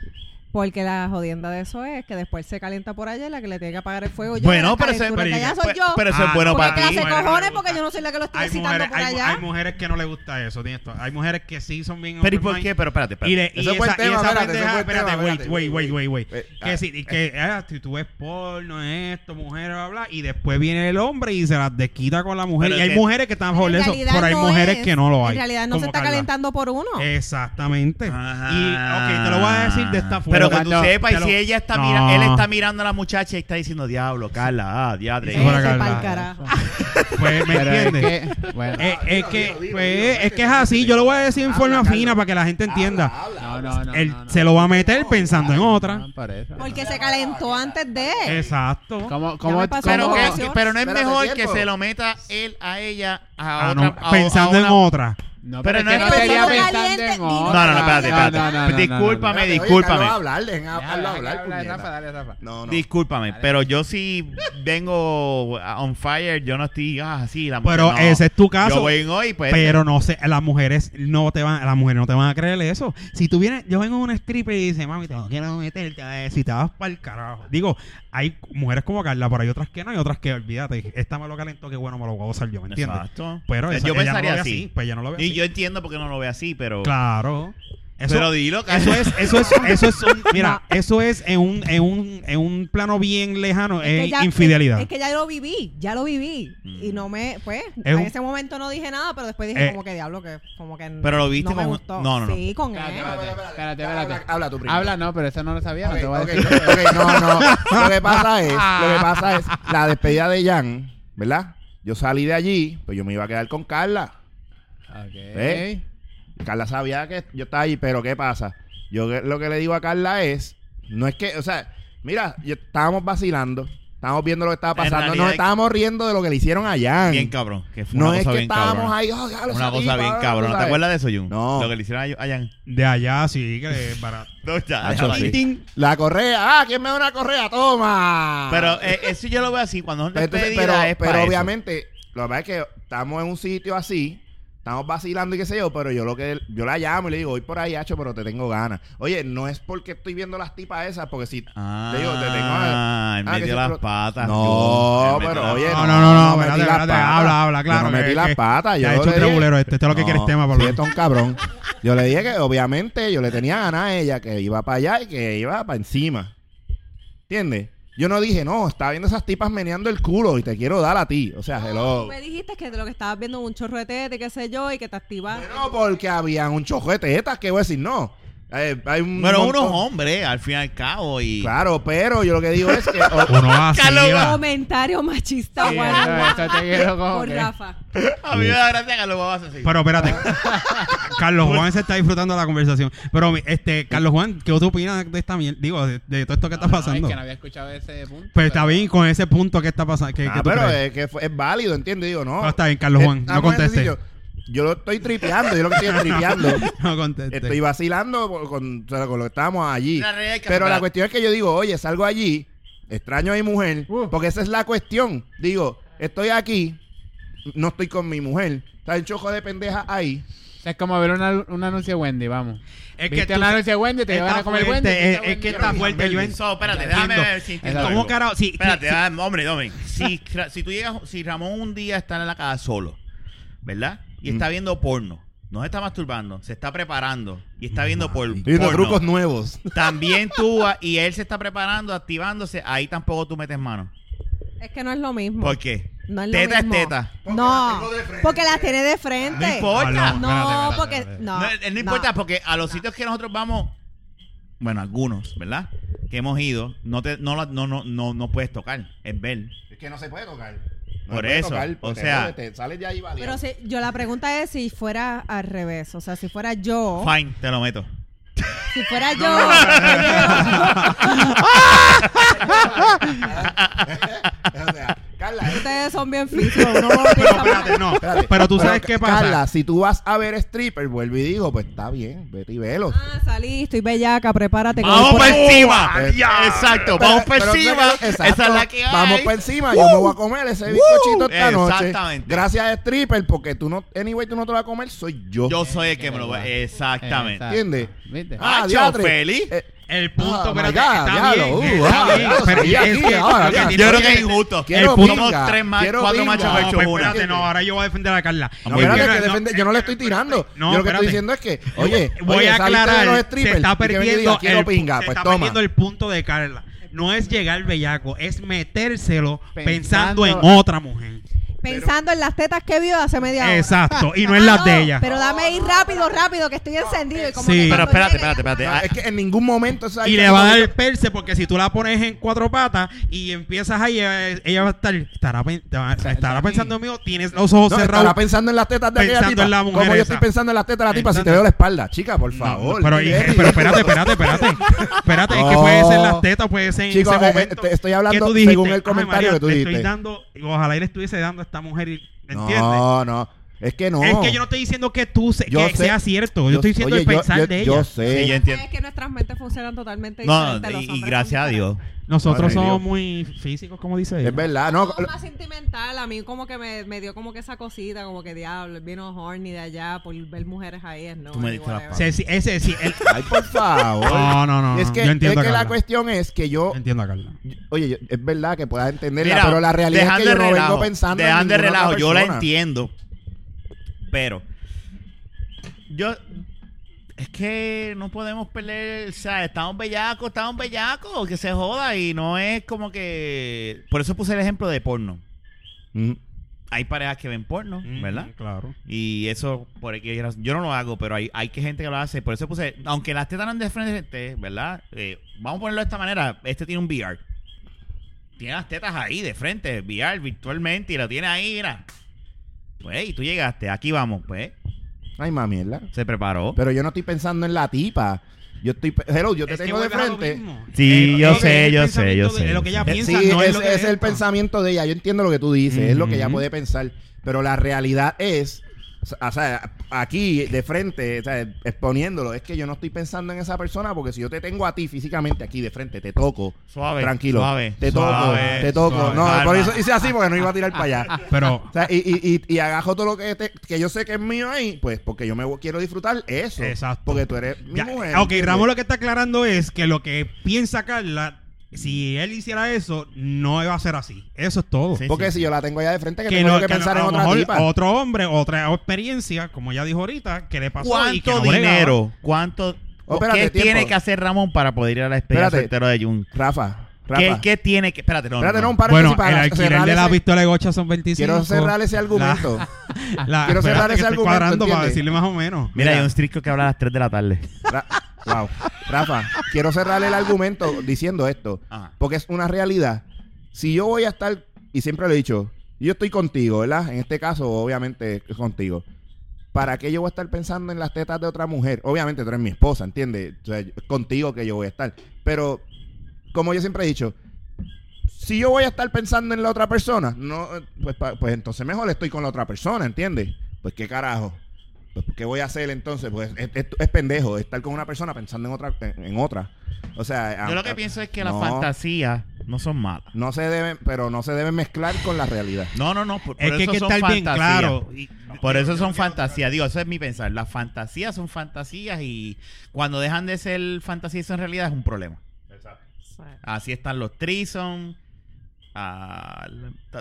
Porque la jodienda de eso es que después se calienta por allá y la que le tiene que apagar el fuego. yo, Bueno, la pero eso, calentura que allá soy yo. pero, pero eso Ah, es bueno Porque para ti. clase Bueno, me cojones gusta. porque yo no soy la que lo estoy hay excitando mujeres, por hay, allá. hay mujeres que no les gusta eso, tienes todo. Hay mujeres que sí son bien Pero ¿y open por mind. qué? Pero espérate, espérate. Y, le, y Ese fue el esa, y tema, esa espérate, pendeja- ese fue el espérate, tema, wait, espérate. wait, wait, wait, wait. Eh, Que ah, si y que ah, si tú ves porno, esto, mujer, bla, bla, y después viene el hombre y se las desquita con la mujer. Pero Y es hay que- mujeres que están En por eso, realidad pero hay no mujeres es. que no lo hay. En realidad no se como está Carla. Eh, calentando por uno. Exactamente. Ajá. Y, ok, te lo voy a decir de esta forma. Ah. Pero que tú Te sepas, y lo- si ella está No. mirando, él está mirando a la muchacha y está diciendo, diablo, Carla, ah, diadre. Sí, Bueno, Ese Carla. pa'l carajo. Pues, ¿me Pero es entiendes? que- bueno, Eh, es que, pues, es que es así. Yo lo voy a decir en forma fina para que la gente entienda. no, no, no, Él no, no. se lo va a meter pensando en otra. No, por eso. Porque se calentó antes de. Exacto. ¿Cómo, Ya cómo, me pasó cómo- Pero, Ojo. que- que- pero no es Espérate, mejor que tiempo. se lo meta él a ella a Ah, no, otra, a- a pensando en una- otra. No, Pero pero, no es que es no sería pensando pensando caliente, en ni- otra. No, no, no, espérate, No, espérate. no, no, no, no, no, Discúlpame, no. Espérate, oye, discúlpame. Carlos, hablar, dejen a- Ya, Carlos ya, hablar, habla de puñeta. Rafa, dale, Rafa. No, no. Discúlpame, pero yo sí vengo on fire, yo no estoy ah, sí, la mujer, Pero no. ese es tu caso. Yo vengo hoy, pues. Pero no sé, las mujeres no te van, las mujeres no te van a creer eso. Si tú vienes, yo vengo a una stripper y dice, mami, te quiero meter, te voy a decir, si te vas para el carajo. Digo, hay mujeres como Carla, pero hay otras que no, y otras que olvídate, esta me lo calentó, que bueno, me lo voy a gozar yo, ¿me entiendes? Exacto. Eh, Pero Yo esa- ella pensaría no lo ve así. Pues ya no lo ve Y así. yo entiendo por qué no lo ve así, pero. Claro. Eso, pero dilo, eso Carlos. es, eso *laughs* es, eso es, un- mira, eso es en un, en un, en un plano bien lejano, es, que ya- infidelidad. Es, que ya lo viví, ya lo viví. Mm. Y no me, pues, Es en un- ese momento no dije nada, pero después dije Eh. como que diablo, que como que Pero lo viste no me con- gustó. no, no, no. Sí, con Espérate, él. espérate, espérate, Habla, espérate. habla tú primero. Habla, no, pero eso no lo sabía, no Ok, te voy a ok, decir. *laughs* ok, no, *laughs* no. Lo que pasa es, lo que pasa es, la despedida de Jan, ¿verdad? Yo salí de allí, pues yo me iba a quedar con Carla. Ok. ¿Ves? Carla sabía que yo estaba allí, pero ¿qué pasa? Yo que- lo que le digo a Carla es, no es que, o sea, mira, yo- estábamos vacilando, estábamos viendo lo que estaba En pasando, realidad nos es- estábamos riendo de lo que le hicieron a Jan. Bien cabrón. Que fue no una es cosa que bien estábamos cabrona. ahí, oh, ya lo Una sabía, cosa bien ya lo cabrona. ¿Te sabes. acuerdas de eso, Jun? No. Lo que le hicieron a, a Jan. De allá sí que es barato. No, ya, Ah, ya, sí. sí. La correa, ah, ¿quién me da una correa? Toma. Pero eh, eso yo lo veo así. Cuando es Pero Pues entonces- despedida pero, es pero para eso. obviamente, lo que pasa es que estamos en un sitio así Estamos vacilando y qué sé yo, pero yo lo que yo la llamo y le digo, voy por ahí, hacho, pero te tengo ganas. Oye, no es porque estoy viendo las tipas esas, porque si Ah, le digo, te tengo ah, él ah, que metió sí, las pero- patas. No, yo. Él metió pero las oye, patas. No, no, no, no, metí espérate, las espérate, patas. habla, habla, claro, Yo no metí que- las que- patas. Yo ha hecho le un dije- tribulero este, este es lo que quiere el tema, por lo sí, menos. esto es un cabrón. Yo le dije que obviamente yo le tenía ganas a ella, que iba para allá y que iba para encima. ¿Entiendes? Yo no dije, no, estaba viendo esas tipas meneando el culo y te quiero dar a ti. O sea, Tú hello. me dijiste que de lo que estabas viendo un chorro de tete, qué sé yo, y que te activaste. No, porque había un chojo de tetas, que voy a decir, no. Eh, hay un Pero montón- unos hombres, al fin y al cabo. Y... Claro, pero yo lo que digo es *laughs* que. o- Uno vacila. Comentario machista, Sí, guau, eso- eso te quiero como por que- Rafa. A mí me da gracia que lo vas a hacer. *laughs* Pero espérate. Carlos Juan se está disfrutando la conversación. Pero este, Carlos Juan, ¿qué tú opinas de esta mierda? Digo, de, de todo esto que está No, no, pasando. es que no había escuchado ese punto. Pero está bien con ese punto que está pasando. Que, Ah, que tú pero crees. es que fue- es válido, ¿entiendes? Digo, no. Eh, Pero está bien, Carlos Juan, Estamos no conteste. en ese sitio. Yo lo estoy tripeando, yo lo que estoy *laughs* tripeando. no conteste. Estoy vacilando por- con, o sea, con lo que estábamos allí. La realidad es que- Pero la cuestión es que yo digo, oye, salgo allí, extraño a mi mujer, Uh. porque esa es la cuestión. Digo, estoy aquí, no estoy con mi mujer. Está el choco de pendeja ahí. O sea, es como ver una- un anuncio de Wendy, vamos. Es que Viste tú- un anuncio de Wendy, te está van a comer fuerte, Wendy. es- es que está fuerte, yo en- So, espérate, Entiendo. déjame ver si entiendo ¿Cómo algo. carajo? Sí, Espérate, sí, ah, hombre, hombre. Si, Ra- si tú llegas, si Ramón un día está en la casa solo, ¿verdad? Y Mm. está viendo porno. No se está masturbando, se está preparando y está viendo por, Y los porno. trucos nuevos. También tú ah, y él se está preparando, activándose. Ahí tampoco tú metes mano. Es que no es lo mismo. ¿Por qué? No es lo teta mismo. es teta. No, porque las tiene de frente. No importa. Ah, No, Espérate, espérate, porque espérate. no. No, eh, no importa porque a los sitios que nosotros vamos, bueno, algunos, ¿verdad? Que hemos ido, no te, no, la- no, no, no, no puedes tocar, es ver. Es que no se puede tocar. No Por se puede eso, tocar, o porque sea- Te sales de ahí Pero *laughs* si, yo la pregunta es si fuera al revés, o sea, si fuera yo, Fine, te lo meto. si fuera yo, Carla, ustedes son bien físicos, uno no Pero piensa espérate, no. Espérate. Pero tú sabes qué pasa. Carla, si tú vas a ver stripper, vuelvo y digo, pues está bien, vete y velo. Ah, salí, estoy bellaca, prepárate. que voy Vamos por para ahí. encima. Eh, Exacto, Pero- vamos para pero encima. déjalo- exacto. Esa es la que hay. Vamos para encima, yo me voy a comer ese bizcochito esta noche. Exactamente. Gracias a stripper, porque tú no, anyway, tú no te lo vas a comer, soy yo. Yo soy el que me lo voy. Exactamente. ¿Entiendes? ¿Viste? Ah, diatre. Feli. Eh, El Ah, punto, my espérate, God, está diablo, bien, uh, está ah, bien, diablo, pero soy es aquí que- ahora, lo que ya. tiene Yo creo que que- es injusto. Quiero pinga, Somos tres más, quiero cuatro pinga. machos No, hechos pues una. espérate, no, ahora yo voy a defender a Carla. No, espérate, Porque- que no, eh, defiende- yo no le estoy tirando. no, yo lo que espérate. estoy diciendo es que, oye, voy oye, a saliste de aclarar, los se strippers, está y que venga y diga, perdiendo quiero el, pinga, se pues está toma. perdiendo el punto de Carla. No es llegar bellaco, es metérselo pensando, Pensando- en otra mujer. Pensando en las tetas que vio hace media hora. Exacto, y no Ah, es las no, de ella. Pero dame ir rápido, rápido, que estoy encendido. Y como Sí. que Pero cuando espérate, llegue, espérate, espérate. Ah, No, es que en ningún momento esa- Y le va a dar el perse porque si tú la pones en cuatro patas y empiezas ahí, eh, ella va a estar, estará, pen- te va- estará pensando mío, tienes los ojos No, estará cerrados. pensando en las tetas de aquella Pensando tipa. en la mujer Como yo esa. estoy pensando en las tetas de la tipa si te Pensando- veo la espalda. Chica, por No, favor. pero, Qué y- ridículo. pero espérate, espérate, espérate. Espérate, es que No. puede ser las tetas, puede ser en Chicos, ese eh, eh, momento. te- estoy que hablando tú dijiste, según el "Ay, comentario María, que tú le dijiste". Estoy dando, ojalá y le estuviese dando a esta mujer, y- ¿entiendes? No, no. Es que no. Es que yo no estoy diciendo que tú se- Yo que sé- sea cierto. Yo, estoy diciendo oye, el pensar yo, de ella. yo sé. Sí, yo Ustedes entiendo. que nuestras mentes funcionan totalmente No, diferente. los y, y hombres gracias a son Dios. Nosotros Madre de somos Dios. muy físicos, como dice ella. Es verdad. No, No, más sentimental, a mí como que me, me dio como que esa cosita, como que diablo, vino horny de allá por ver mujeres ahí, ¿no? Tú me Ay, diste la whatever. Se- sí, ese sí. *laughs* el- Ay, por favor. No, no, no, Y Es no, que, yo entiendo es que a la Carla. cuestión es que yo. Entiendo a Carla. Oye, yo- es verdad que puedas entenderla, Mira, pero la realidad es dejando que yo el no relajo, vengo pensando. en dejando el ninguna relajo, otra yo la persona. entiendo. Pero yo es que no podemos perder, o sea, estamos bellacos, estamos bellacos, que se joda y no es como que por eso puse el ejemplo de porno. Mm. Hay parejas que ven porno, ¿verdad? Mm, Claro. Y eso, por aquí, yo no lo hago, pero hay, hay que gente que lo hace. Por eso puse, aunque las tetas no de frente, ¿verdad? Eh, vamos a ponerlo de esta manera. Este tiene un VR. Tiene las tetas ahí de frente, VR virtualmente, y lo tiene ahí, mira. Pues, y tú llegaste, aquí vamos, pues. Ay, mami, ¿verdad? Se preparó. Pero yo no estoy pensando en la tipa. Yo estoy. pe- Hello, yo te Es que tengo de vuelves a lo frente. mismo. Sí, Eh, yo lo que sé, es el yo sé, yo pensamiento de- sé, es Lo yo que ella sé. piensa sí, no es, ese lo que ese es el esto. pensamiento de ella. Yo entiendo lo que tú dices, es lo que ella Ujú. puede pensar. Pero la realidad es O sea, aquí de frente, o sea, exponiéndolo, es que yo no estoy pensando en esa persona porque si yo te tengo a ti físicamente aquí de frente, te toco. Suave, Tranquilo. suave, te toco, suave, te toco. suave. no, Calma. por eso hice así porque no iba a tirar para *laughs* allá. Pero, O sea, y, y, y, y agajo todo lo que, te- que yo sé que es mío ahí, pues porque yo me vo- quiero disfrutar eso. Exacto. Porque tú eres *laughs* mi ya, mujer. ok, ¿entiendes? Ramón lo que está aclarando es que lo que piensa Carla, si él hiciera eso, no iba a ser así. Eso es todo. Sí, Porque sí. si yo la tengo allá de frente, que, que tengo no, yo que, que pensar a en lo otra mejor tipa. otro hombre, otra experiencia, como ya dijo ahorita, que le pasó y que ¿Cuánto no bregaba. dinero? ¿Cuánto? Oh, espérate, ¿Qué tiempo. tiene que hacer Ramón para poder ir a la experiencia Espérate. soltero de Jun? Rafa, Rafa. ¿Qué, ¿Qué tiene que.? Espérate, no. Espérate, no, un Bueno, el paréntesis para alquiler cerrar de la ese- pistola de gocha son 25. Quiero cerrar ese argumento. La- la- Quiero cerrar espérate que ese estoy argumento, cuadrando para ¿entiendes? decirle más o menos. Mira, Mira. hay un strict que habla a las 3 de la tarde. Ra- wow. Rafa, quiero cerrar el argumento diciendo esto, Ajá. porque es una realidad. Si yo voy a estar, y siempre lo he dicho, yo estoy contigo, ¿verdad? En este caso, obviamente, es contigo. ¿Para qué yo voy a estar pensando en las tetas de otra mujer? Obviamente, tú eres mi esposa, ¿entiendes? O sea, yo- es contigo que yo voy a estar. Pero, como yo siempre he dicho, si yo voy a estar pensando en la otra persona, no, eh, pues, pa- pues entonces mejor estoy con la otra persona, ¿entiendes? Pues qué carajo. Pues, ¿Qué voy a hacer entonces? Pues es, es- es pendejo estar con una persona pensando en otra. En, en otra. O sea, Yo a- lo que a- pienso es que las no, fantasías no son malas. No se deben, pero no se deben mezclar con la realidad. No, no, no. Por, Es por que hay eso que son estar bien fantasías. claro. Y- Por eso son fantasías. Digo, eso es mi pensar. Las fantasías son fantasías y cuando dejan de ser fantasías en realidad es un problema. Así están los trison.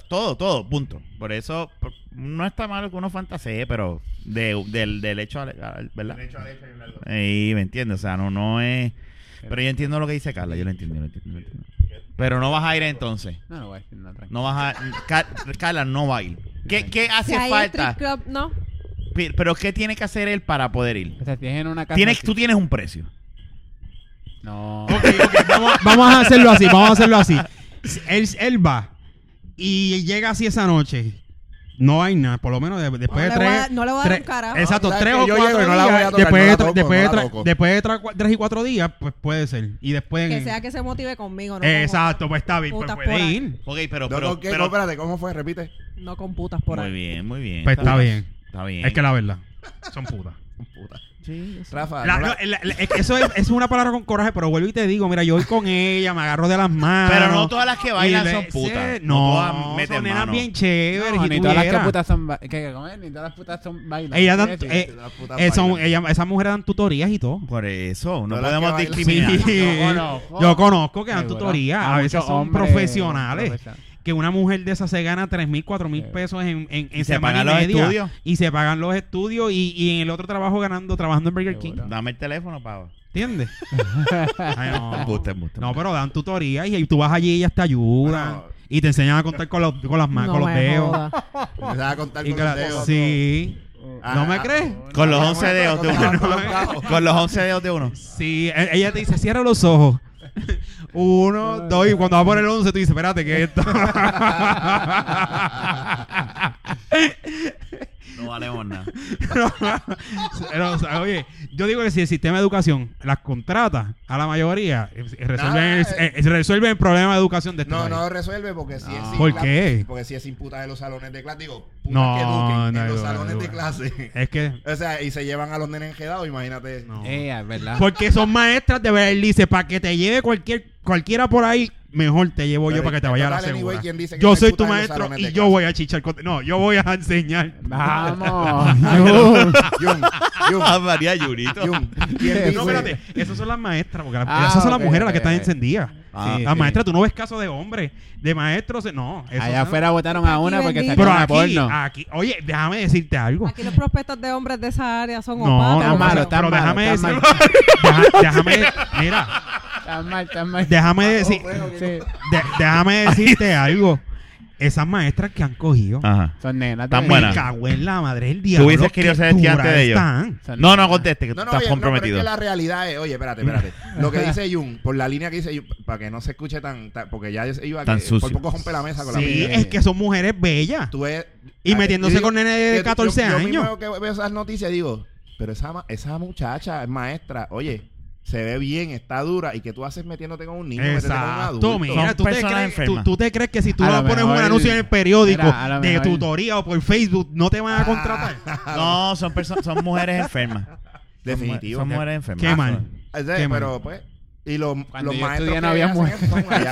todo, todo, punto. Por eso por- no está mal que uno fantasee, pero de- del, del hecho al, al- ¿verdad? Y me entiendes, o sea, no, no es... Pero yo entiendo lo que dice Carla, yo lo entiendo, yo lo entiendo, yo lo entiendo. Pero no vas a ir entonces. No, no voy a decir nada, tranquilo. No vas a... Car- Carla no va a ir. ¿Qué, qué Si hace hay falta? strip club, no. Pe- Pero ¿qué tiene que hacer él para poder ir? O sea, si es en una casa. Tienes, así- tú tienes un precio. No. Oh, vamos, vamos a hacerlo así, vamos a hacerlo así. Él, él va y llega así esa noche. No hay nada, por lo menos de- le después de voy a tres. dar- no le voy a dar tres- un carajo. Exacto, No, tres sabes o que yo cuatro llego y no la días. voy a tocar, después, no de la tra- toco, después no de la tra- toco. después de tra- tres y cuatro días, pues puede ser. Y después. Que en- sea que se motive conmigo, no Mm. Exacto, pues está bien, pues Putas puede por ahí. ir. Ok, pero... No, pero, no, ¿qué? pero- No, espérate, ¿cómo fue? Repite. con- no con putas por muy ahí. bien, muy bien. Pues está bien. Está bien. Es que la verdad, son putas. Ah, Rafa. La- no la- no, la- la- es que eso es, es una palabra con coraje, pero vuelvo y te digo, mira, yo voy con ella, me agarro de las manos. Pero no todas las que bailan y le- son putas. sí, No, todas meten son nenas mano. bien chéveres. No, y ni tú todas las que vieras. putas son. ba- que- que comen, Ni todas las putas son bailas. Ellas dan- ¿Qué decir? eh, las putas eh, son- bailan. ellas- esas mujeres dan tutorías y todo. Por eso, no Todas las podemos que bailan. Sí. *laughs* discriminar. conozco. Yo conozco que dan Sí, tutorías. bueno. A Ah, veces muchos son hombres- profesionales. profesionales. Que una mujer de esas se gana 3 mil, 4 mil pesos en, en, en Y se semana pagan y los media. estudios. Y se pagan los estudios y, y en el otro trabajo ganando, trabajando en Burger King. Seguro. Dame el teléfono, pavo. ¿Entiendes? *laughs* Ay, no. Embuste, embuste. No, pero dan tutorías y, y tú vas allí y ellas te ayudan. Bueno. y te enseñan a contar con, los, con las No manos, con los me dedos. jodas. Me vas a contar Y con que la- los dedos. sí. Ah, ¿No me ah, crees? Con los Ah, 11 dedos de con los- uno. con los cajos. Con los 11 dedos de uno. Sí, e- ella te dice, cierra los *laughs* ojos. Uno, dos, y cuando va por el once, tú dices, espérate, que *laughs* esto. No valemos nada. Pero, o sea, oye, yo digo que si el sistema de educación las contrata a la mayoría, eh, resuelven, Nada, el, eh. eh, resuelven el problema de educación de este No, país. no resuelve porque si Ah. es sin ¿Por cla- qué? Porque si es sin putas en los salones de clase. Digo, putas No, que eduquen no en los educan, salones de educan. clase. Es que. o sea, y se llevan a los nenes enjedados, imagínate. No. Eh, es verdad. Porque son maestras de Beverly Hills, para que te lleve cualquier cualquiera por ahí, mejor te llevo yo Pero para que te en vaya a la total, anyway, segura. ¿quién dice que no Yo hay soy tu putas en los maestro salones y de yo clase? voy a chichar con... No, yo voy a enseñar. Ah, *laughs* Vamos. Jun, Jun, Ah, A Ah, María Yurito. Jun, ¿quién *laughs* dice? No, espérate, esas son las maestras, porque las- Ah, esas son las ok, mujeres las que ok, están ok. encendidas. Ah, las maestras, tú no ves casos de hombres, de maestros, de- no. eso Allá son- afuera votaron a una porque bendito. sacaron Pero una aquí, ah, porno. aquí, oye, déjame decirte algo. Aquí los prospectos de hombres de esa área son No, opatos. no, Está malo, pero, está pero malo, déjame está decir. malo. *laughs* Deja- Déjame, mira, Estás mal, estás mal. déjame decir, Sí. de- déjame decirte algo. Esas maestras que han cogido, Ajá. Son nenas. Tan de- me buena. cago en la madre del diablo. hubieses qué querido ser estudiante duras de ellos. están. Son No, no nenas. conteste, que tú No, no, estás oye, no, pero es comprometido. que la realidad es, oye, espérate, espérate. Lo que *laughs* dice Jun, por la línea que dice Jun, para que no se escuche tan, tan- porque ya yo iba a Tan que sucio. por poco rompe la mesa con la Sí, mía. es que son mujeres bellas. Tú ves- Y Ay, metiéndose yo digo- con nene de yo- yo- 14 yo años. mismo que veo esas noticias digo, pero esa ma- esa muchacha es maestra, oye, se ve bien, está dura y que tú haces metiéndote con un niño, metiéndote con un Exacto, adulto. mira, Son tú te, personas crees, tú, enfermas. tú te crees que si tú A vas lo a poner un mejor- anuncio en el periódico Mira, a lo de mejor- tutoría o por Facebook, no te van a contratar? No, son, perso- son mujeres *laughs* enfermas. Definitivo. Son, mu- son mujeres enfermas. Ah, Qué mal. O sea, Qué pero pues y los, Cuando los yo maestros estudié no que había hacen mujeres. eso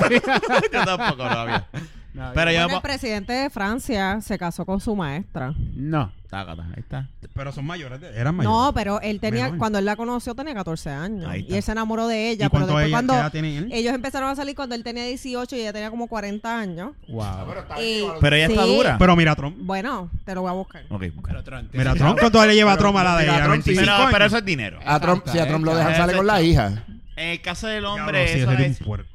*laughs* son allá. *laughs* Ah, Yo tampoco lo había. No, Pero yo... Bueno, el presidente de Francia se casó con su maestra. No. Tácata, ahí está. Pero son mayores, de- eran mayores. No, pero él tenía, Menor. cuando él la conoció tenía 14 años. Ahí está. Y él se enamoró de ella. ¿Y pero cuánto después ella- cuando eh, qué edad tiene él? ellos empezaron a salir cuando él tenía 18 y ella tenía como 40 años. Wow. Pero está Y- bien, Pero ella está Sí. dura. Pero mira a Trump. Bueno, te lo voy a buscar. Ok, Pero Trump tiene- Mira a Trump, ¿cuánto le lleva a Trump a la de Mira, ella? Trump sí- 25 Pero, años. pero eso es dinero. A Trump, si a Trump lo dejan sale con la hija. En el caso del Diablo, hombre, sí, eso sería es- un puerco.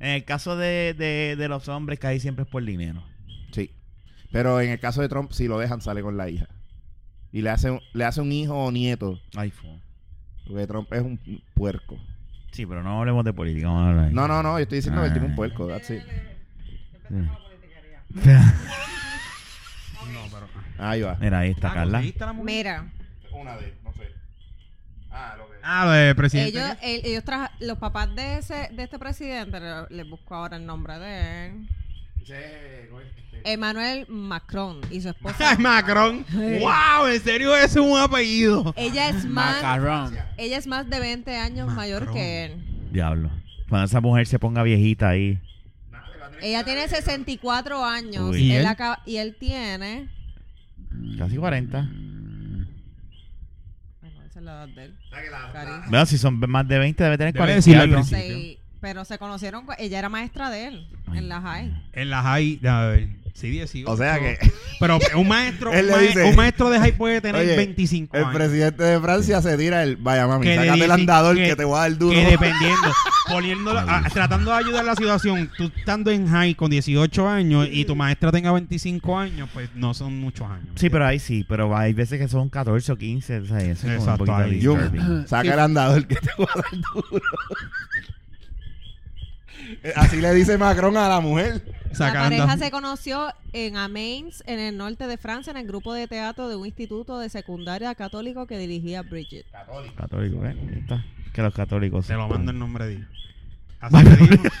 en el caso de, de, de los hombres, casi siempre es por dinero. Sí. Pero en el caso de Trump, si lo dejan, sale con la hija. Y le hace, un- le hace un hijo o nieto. iPhone. Porque Trump es un puerco. Sí, pero no hablemos de política. vamos a hablar de- No, no, no. Yo estoy diciendo que el tipo es un puerco. That's it. No, pero. Ahí va. *laughs* Mira, ahí está Ah, Carla. ¿conseguiste la mujer? Mira, Una de, no sé. Ah, lo que. Ah, lo de presidente. ellos, *laughs* el- ellos traja- los papás de ese, de este presidente, le- les busco ahora el nombre de él. este, Emmanuel Macron y su *laughs* esposa. Es Macron. ¡Wow! ¿En serio es un apellido? ella es más, Macarrón. ella es más de 20 años mayor Macron. que él. Diablo. Cuando esa mujer se ponga viejita ahí. Ella tiene 64 años Uy. ¿Y él él? acaba- y él tiene Casi 40. Bueno, esa es la edad de él. Carísimo. Bueno, si son más de 20, debe tener Debe 40. y decirlo al algo. principio. Sí, pero se conocieron, cu- ella era maestra de él Ay. en la high. En la high. A ver. Sí, 18. O sea que Pero un maestro, *laughs* Él un, le ma- dice- un maestro de high puede tener Oye, 25 el años. presidente de Francia se tira el. Vaya, mami, Que le sacate el dice andador que, que- te voy a dar duro. Que *laughs* dependiendo, poniéndolo, a- tratando de ayudar la situación, tú estando en high con 18 años y tu maestra tenga 25 años, pues no son muchos años. Sí, pero ahí sí. Pero hay veces que son 14 o 15. O sea, eso es como un Exacto, poquito ahí. Yo- disturbing. saca Sí. el andador que te voy a dar duro. *laughs* Así le dice Macron a la mujer. Sacando- La pareja se conoció en Amiens, en el norte de Francia, en el grupo de teatro de un instituto de secundaria católico que dirigía Bridget. Católico, ¿eh? Ahí está. Que los católicos. Te lo son- mando el nombre de Dios. Así *laughs* fue Dios.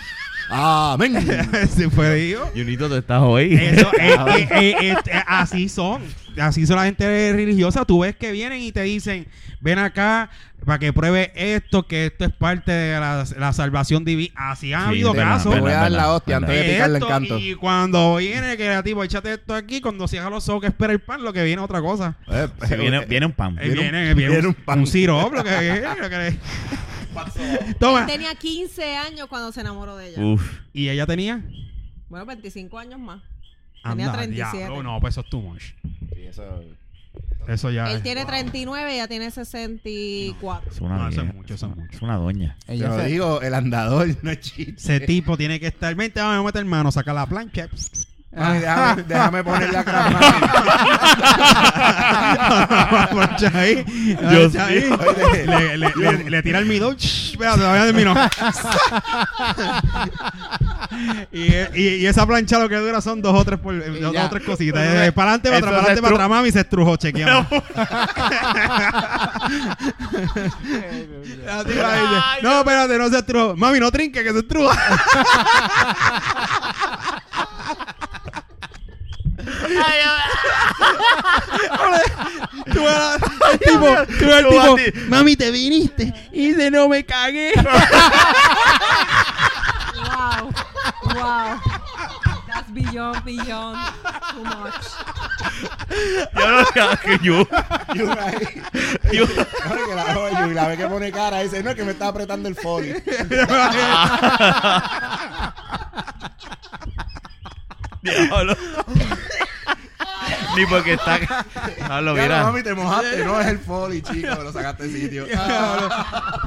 Amén. Así fue Dios. Junito, tú estás hoy. *laughs* Eso, eh, eh, eh, eh, eh, así son. Así son la gente religiosa. Tú ves que vienen y te dicen, ven acá para que pruebe esto, que esto es parte de la, la salvación divina. Así han Sí, habido de la- casos. Te voy a dar Verdad, la hostia verdad. antes de picarle Eh, Esto, encanto. Y cuando viene que era tipo, échate esto aquí, cuando cierra los ojos que espera el pan, lo que viene es otra cosa. Eh, Sí, viene, eh, viene un pan. Eh, Viene un- viene, viene viene un, un pan. un sirope, lo que viene, lo que *laughs* le- Toma. Tenía 15 años cuando se enamoró de Mm. ella. Uf. Y ella tenía. Bueno, 25 años más. Tenía Anda, 37. diablo, no, pues eso es too much. Sí, eso- Eso ya. Él es- tiene 39, ella tiene 64. Es una No, eso es vieja. mucho, eso es mucho. Es una doña. Te Ella lo se- digo, el andador no es chiste. Ese tipo tiene que estar. Vente, vamos a meter mano, saca la plancha. *laughs* Mami, déjame, déjame poner la crema. La plancha ahí. la Dios plancha ahí. Oye, Le, le- le- le tira el midón. Vea, te voy a dar el midón. *laughs* y, y, y esa plancha lo que dura son dos o tres, por, eh, dos ya. o tres cositas. Eh, para adelante, para atrás, para Eso se adelante, para estru- atrás, mami, se estrujó, *laughs* chequeamos. La tipa dice, no, espérate, no se estrujó. Mami, no trinque, que se estruja. *laughs* Tú eras el tipo, tú eras el Tú tipo, a ti. mami, te viniste. Y dice, no me cagué. Wow. Wow. That's beyond, beyond. Too much. Yo no ah, que yo. *laughs* Y una ahí. Mami, que la oye, y la ve que pone cara dice, no, es que me está apretando *laughs* el folio. Diablo. Ni porque está. Diablo, Ya, mira. mami, te mojaste, no es *laughs* el folio, chico, lo sacaste de sitio. Ya,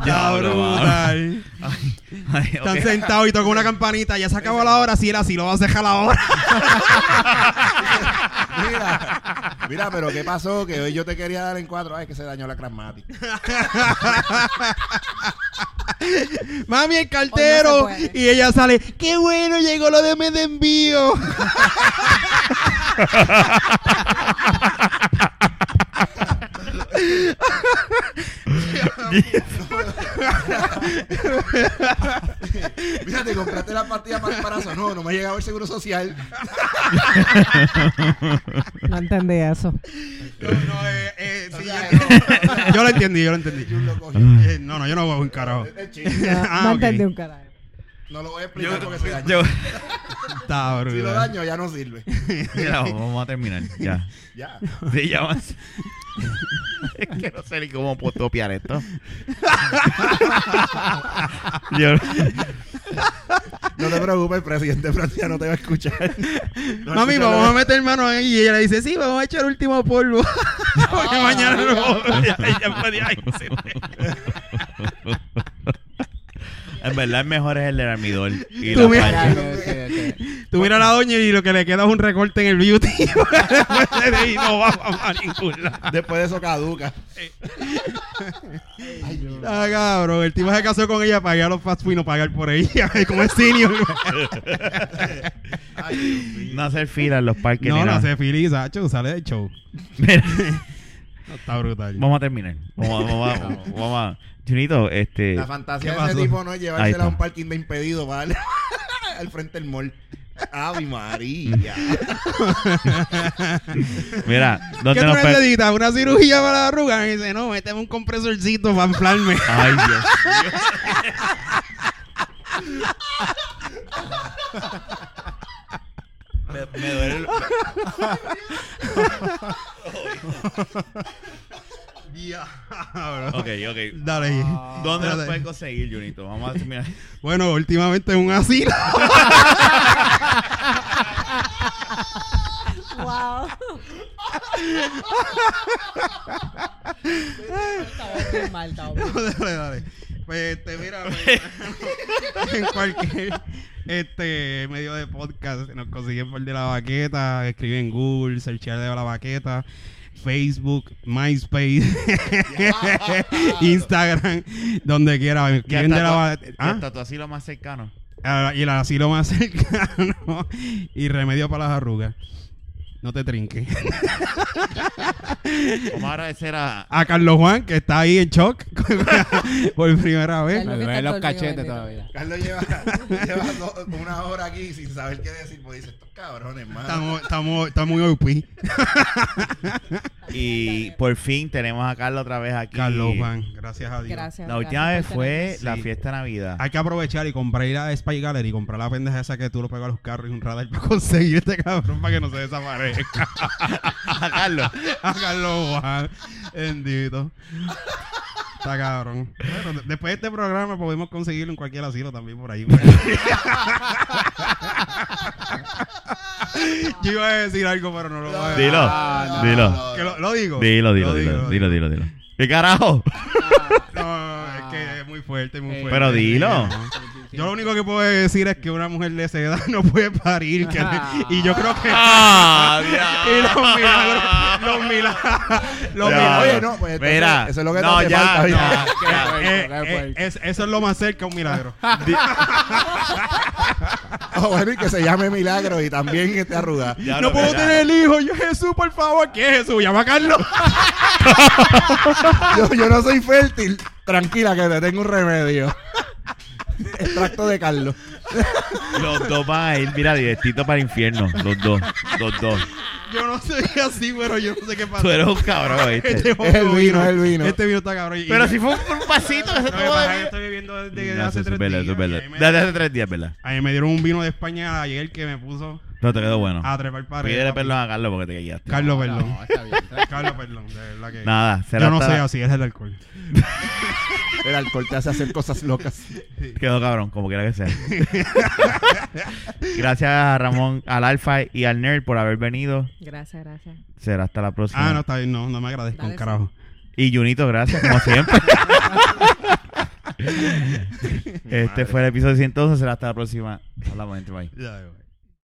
Diablo, brutal. Ay, ok. Están sentados y tocan una campanita. Ya se acabó la hora. Si era así, lo vas a dejar la hora. Mira, mira, pero ¿qué pasó? Que hoy yo te quería dar en cuatro. Ay, que se dañó la crasmática. *laughs* Mami, el Hoy cartero. no se puede. y ella sale. ¡Qué bueno! Llegó lo de mes de envío. Mira, te compraste la partida para para eso. No, no me ha llegado el seguro social. No entendí eso. No, *laughs* no, eh, eh, sí, O sea, yo, no, o *laughs* sea, yo lo entendí, yo lo entendí. Jun lo cogió. Eh, no, no, yo no voy un carajo. Es chiste. No, *laughs* Ah, no ok. entendí un carajo. No lo voy a explicar porque se daña. Yo, Está brutal. Si lo daño, ya no sirve. *laughs* Mira, vamos a terminar. Ya. Ya. Sí, ya vas. *laughs* es que no sé ni cómo puedo *laughs* topiar esto. Yo- No te preocupes, el presidente Francia no te va a escuchar. No Mami, escucha vamos la- a meter mano ahí. Y ella le dice, sí, vamos a echar último polvo. *laughs* Porque mañana no. *laughs* Ella- ella puede- ay, se te- en verdad, el mejor es el del almidón. Y Tú la mira- pancha. Ya, sí, este, sí, sí. Tú mira a la doña y lo que le queda es un recorte en el beauty. *laughs* y no *laughs* va a ningún lado. Después de eso caduca. Ah, cabrón. El tipo se casó con ella para ir a los fast food y no pagar por ella. *laughs* Como es senior. No hacer fila en los parques. ni no, no, nada. se feliz, Hacho. Sale del show. *laughs* Mira, No, está brutal. vamos a terminar. Vamos, *laughs* vamos, vamos, vamos a. Junito, este. La fantasía ¿Qué de ese pasó? tipo no es Ahí llevársela está. a un parking de impedido, ¿vale? *laughs* Al frente del mall. Ave María. Mira, ¿Qué ¿dónde tú nos per- necesitas? ¿Una cirugía para la arruga? Y dice, no, méteme un compresorcito para *laughs* inflarme. *laughs* Ay, Dios. Me, me duele. el- Diablo. Ok, ok. Dale. ¿Dónde nos Espérate. pueden conseguir, Junito? Vamos *laughs* a terminar. Bueno, últimamente en un asilo. *laughs* *laughs* Wow. Estamos bien mal, estamos bien. dale, dale. Pues este, mira, *laughs* pues, en cualquier este medio de podcast nos consiguen por de la baqueta, escriben en Google, searchear de la baqueta, Facebook, *laughs* MySpace, Instagram, donde quiera, me Ya escriben de la está baqueta. tu- ¿Ah? ya está tu asilo más cercano. Ah, Y el asilo más *laughs* cercano y remedio para las arrugas. No te trinques. Vamos a agradecer a. A Carlos Juan, que está ahí en shock *laughs* por primera vez. Carlos, Me que duelen está los dormido, cachetes bendito. todavía. Carlos lleva, lleva do- una hora aquí sin saber qué decir. Pues dice, estos cabrones, mano. Estamos, estamos, estamos muy OP. Y por fin tenemos a Carlos otra vez aquí. Carlos Juan, gracias a Dios. Gracias. La última vez gracias por fue tenernos. la Sí. fiesta de Navidad. Hay que aprovechar y comprar ir a Spy Gallery y comprar la pendeja esa que tú lo pegas a los carros y un radar para *laughs* conseguir este cabrón para que no se desaparezca. *laughs* A Carlos. a Carlos Juan, bendito. Está cabrón. Bueno, de- después de este programa podemos conseguirlo en cualquier asilo también por ahí. *laughs* Yo iba a decir algo, pero no lo voy a decir. Dilo. Ah, Dilo. Que lo, lo digo. Dilo, dilo, Lo dilo, dilo, dilo, dilo. *laughs* ¿Qué carajo? *laughs* No, es que es muy fuerte, muy Eh, fuerte. Pero dilo. Yo lo único que puedo decir es que una mujer de esa edad *laughs* no puede parir. que- Ah. y yo creo que. Ah, y los milagros. Los milagros. Los Ya. milagros. Oye, no, pues entonces, Mira, eso es lo que no, no, te ya, falta. no. Ah, ya. *laughs* Qué Eh, puerco, qué eh, puerco. es- eso es lo más cerca a un *laughs* milagro. Oh, bueno, y que se llame Milagro y también que te arruga. Ya no lo puedo verás. tener el hijo. Yo, Jesús, por favor. ¿Qué es Jesús? Llama a Carlos. *laughs* Yo, yo no soy fértil. Tranquila, que te tengo un remedio. *laughs* Extracto de Carlos. Los dos van a ir, mira, directito para el infierno. Los dos, los dos. Yo no soy así, pero yo no sé qué pasa. Tú eres un cabrón, *laughs* ¿viste? Es el vino, es el vino. Este vino está cabrón. Y- Pero y- si fue un, *laughs* un pasito que se Lo que tuvo pasa es que de... estoy viviendo desde No, eso hace es tres verdad, días. eso es y verdad. ahí me- Desde hace tres días, ¿verdad? A mí me dieron un vino de España ayer que me puso No, te quedó bueno. a trepar paredes. Pídele Ah, papi. perdón a Carlos porque te callaste. Carlos, eh, perdón. No, está bien. Carlos, perdón. De verdad que. Nada, será Yo no hasta- soy así, es el alcohol. El alcohol te hace hacer cosas locas. Quedó cabrón, como quiera *laughs* que sea. Gracias a Ramón, al Alfa y al Nerd por haber venido. Gracias, gracias. Será hasta la próxima. Ah, no, está bien, no, no me agradezco un Dale, sí. carajo. Y Junito, gracias, *laughs* como siempre. este fue el episodio 112. Será hasta la próxima. Hablamos, gente. Bye. Ya, güey.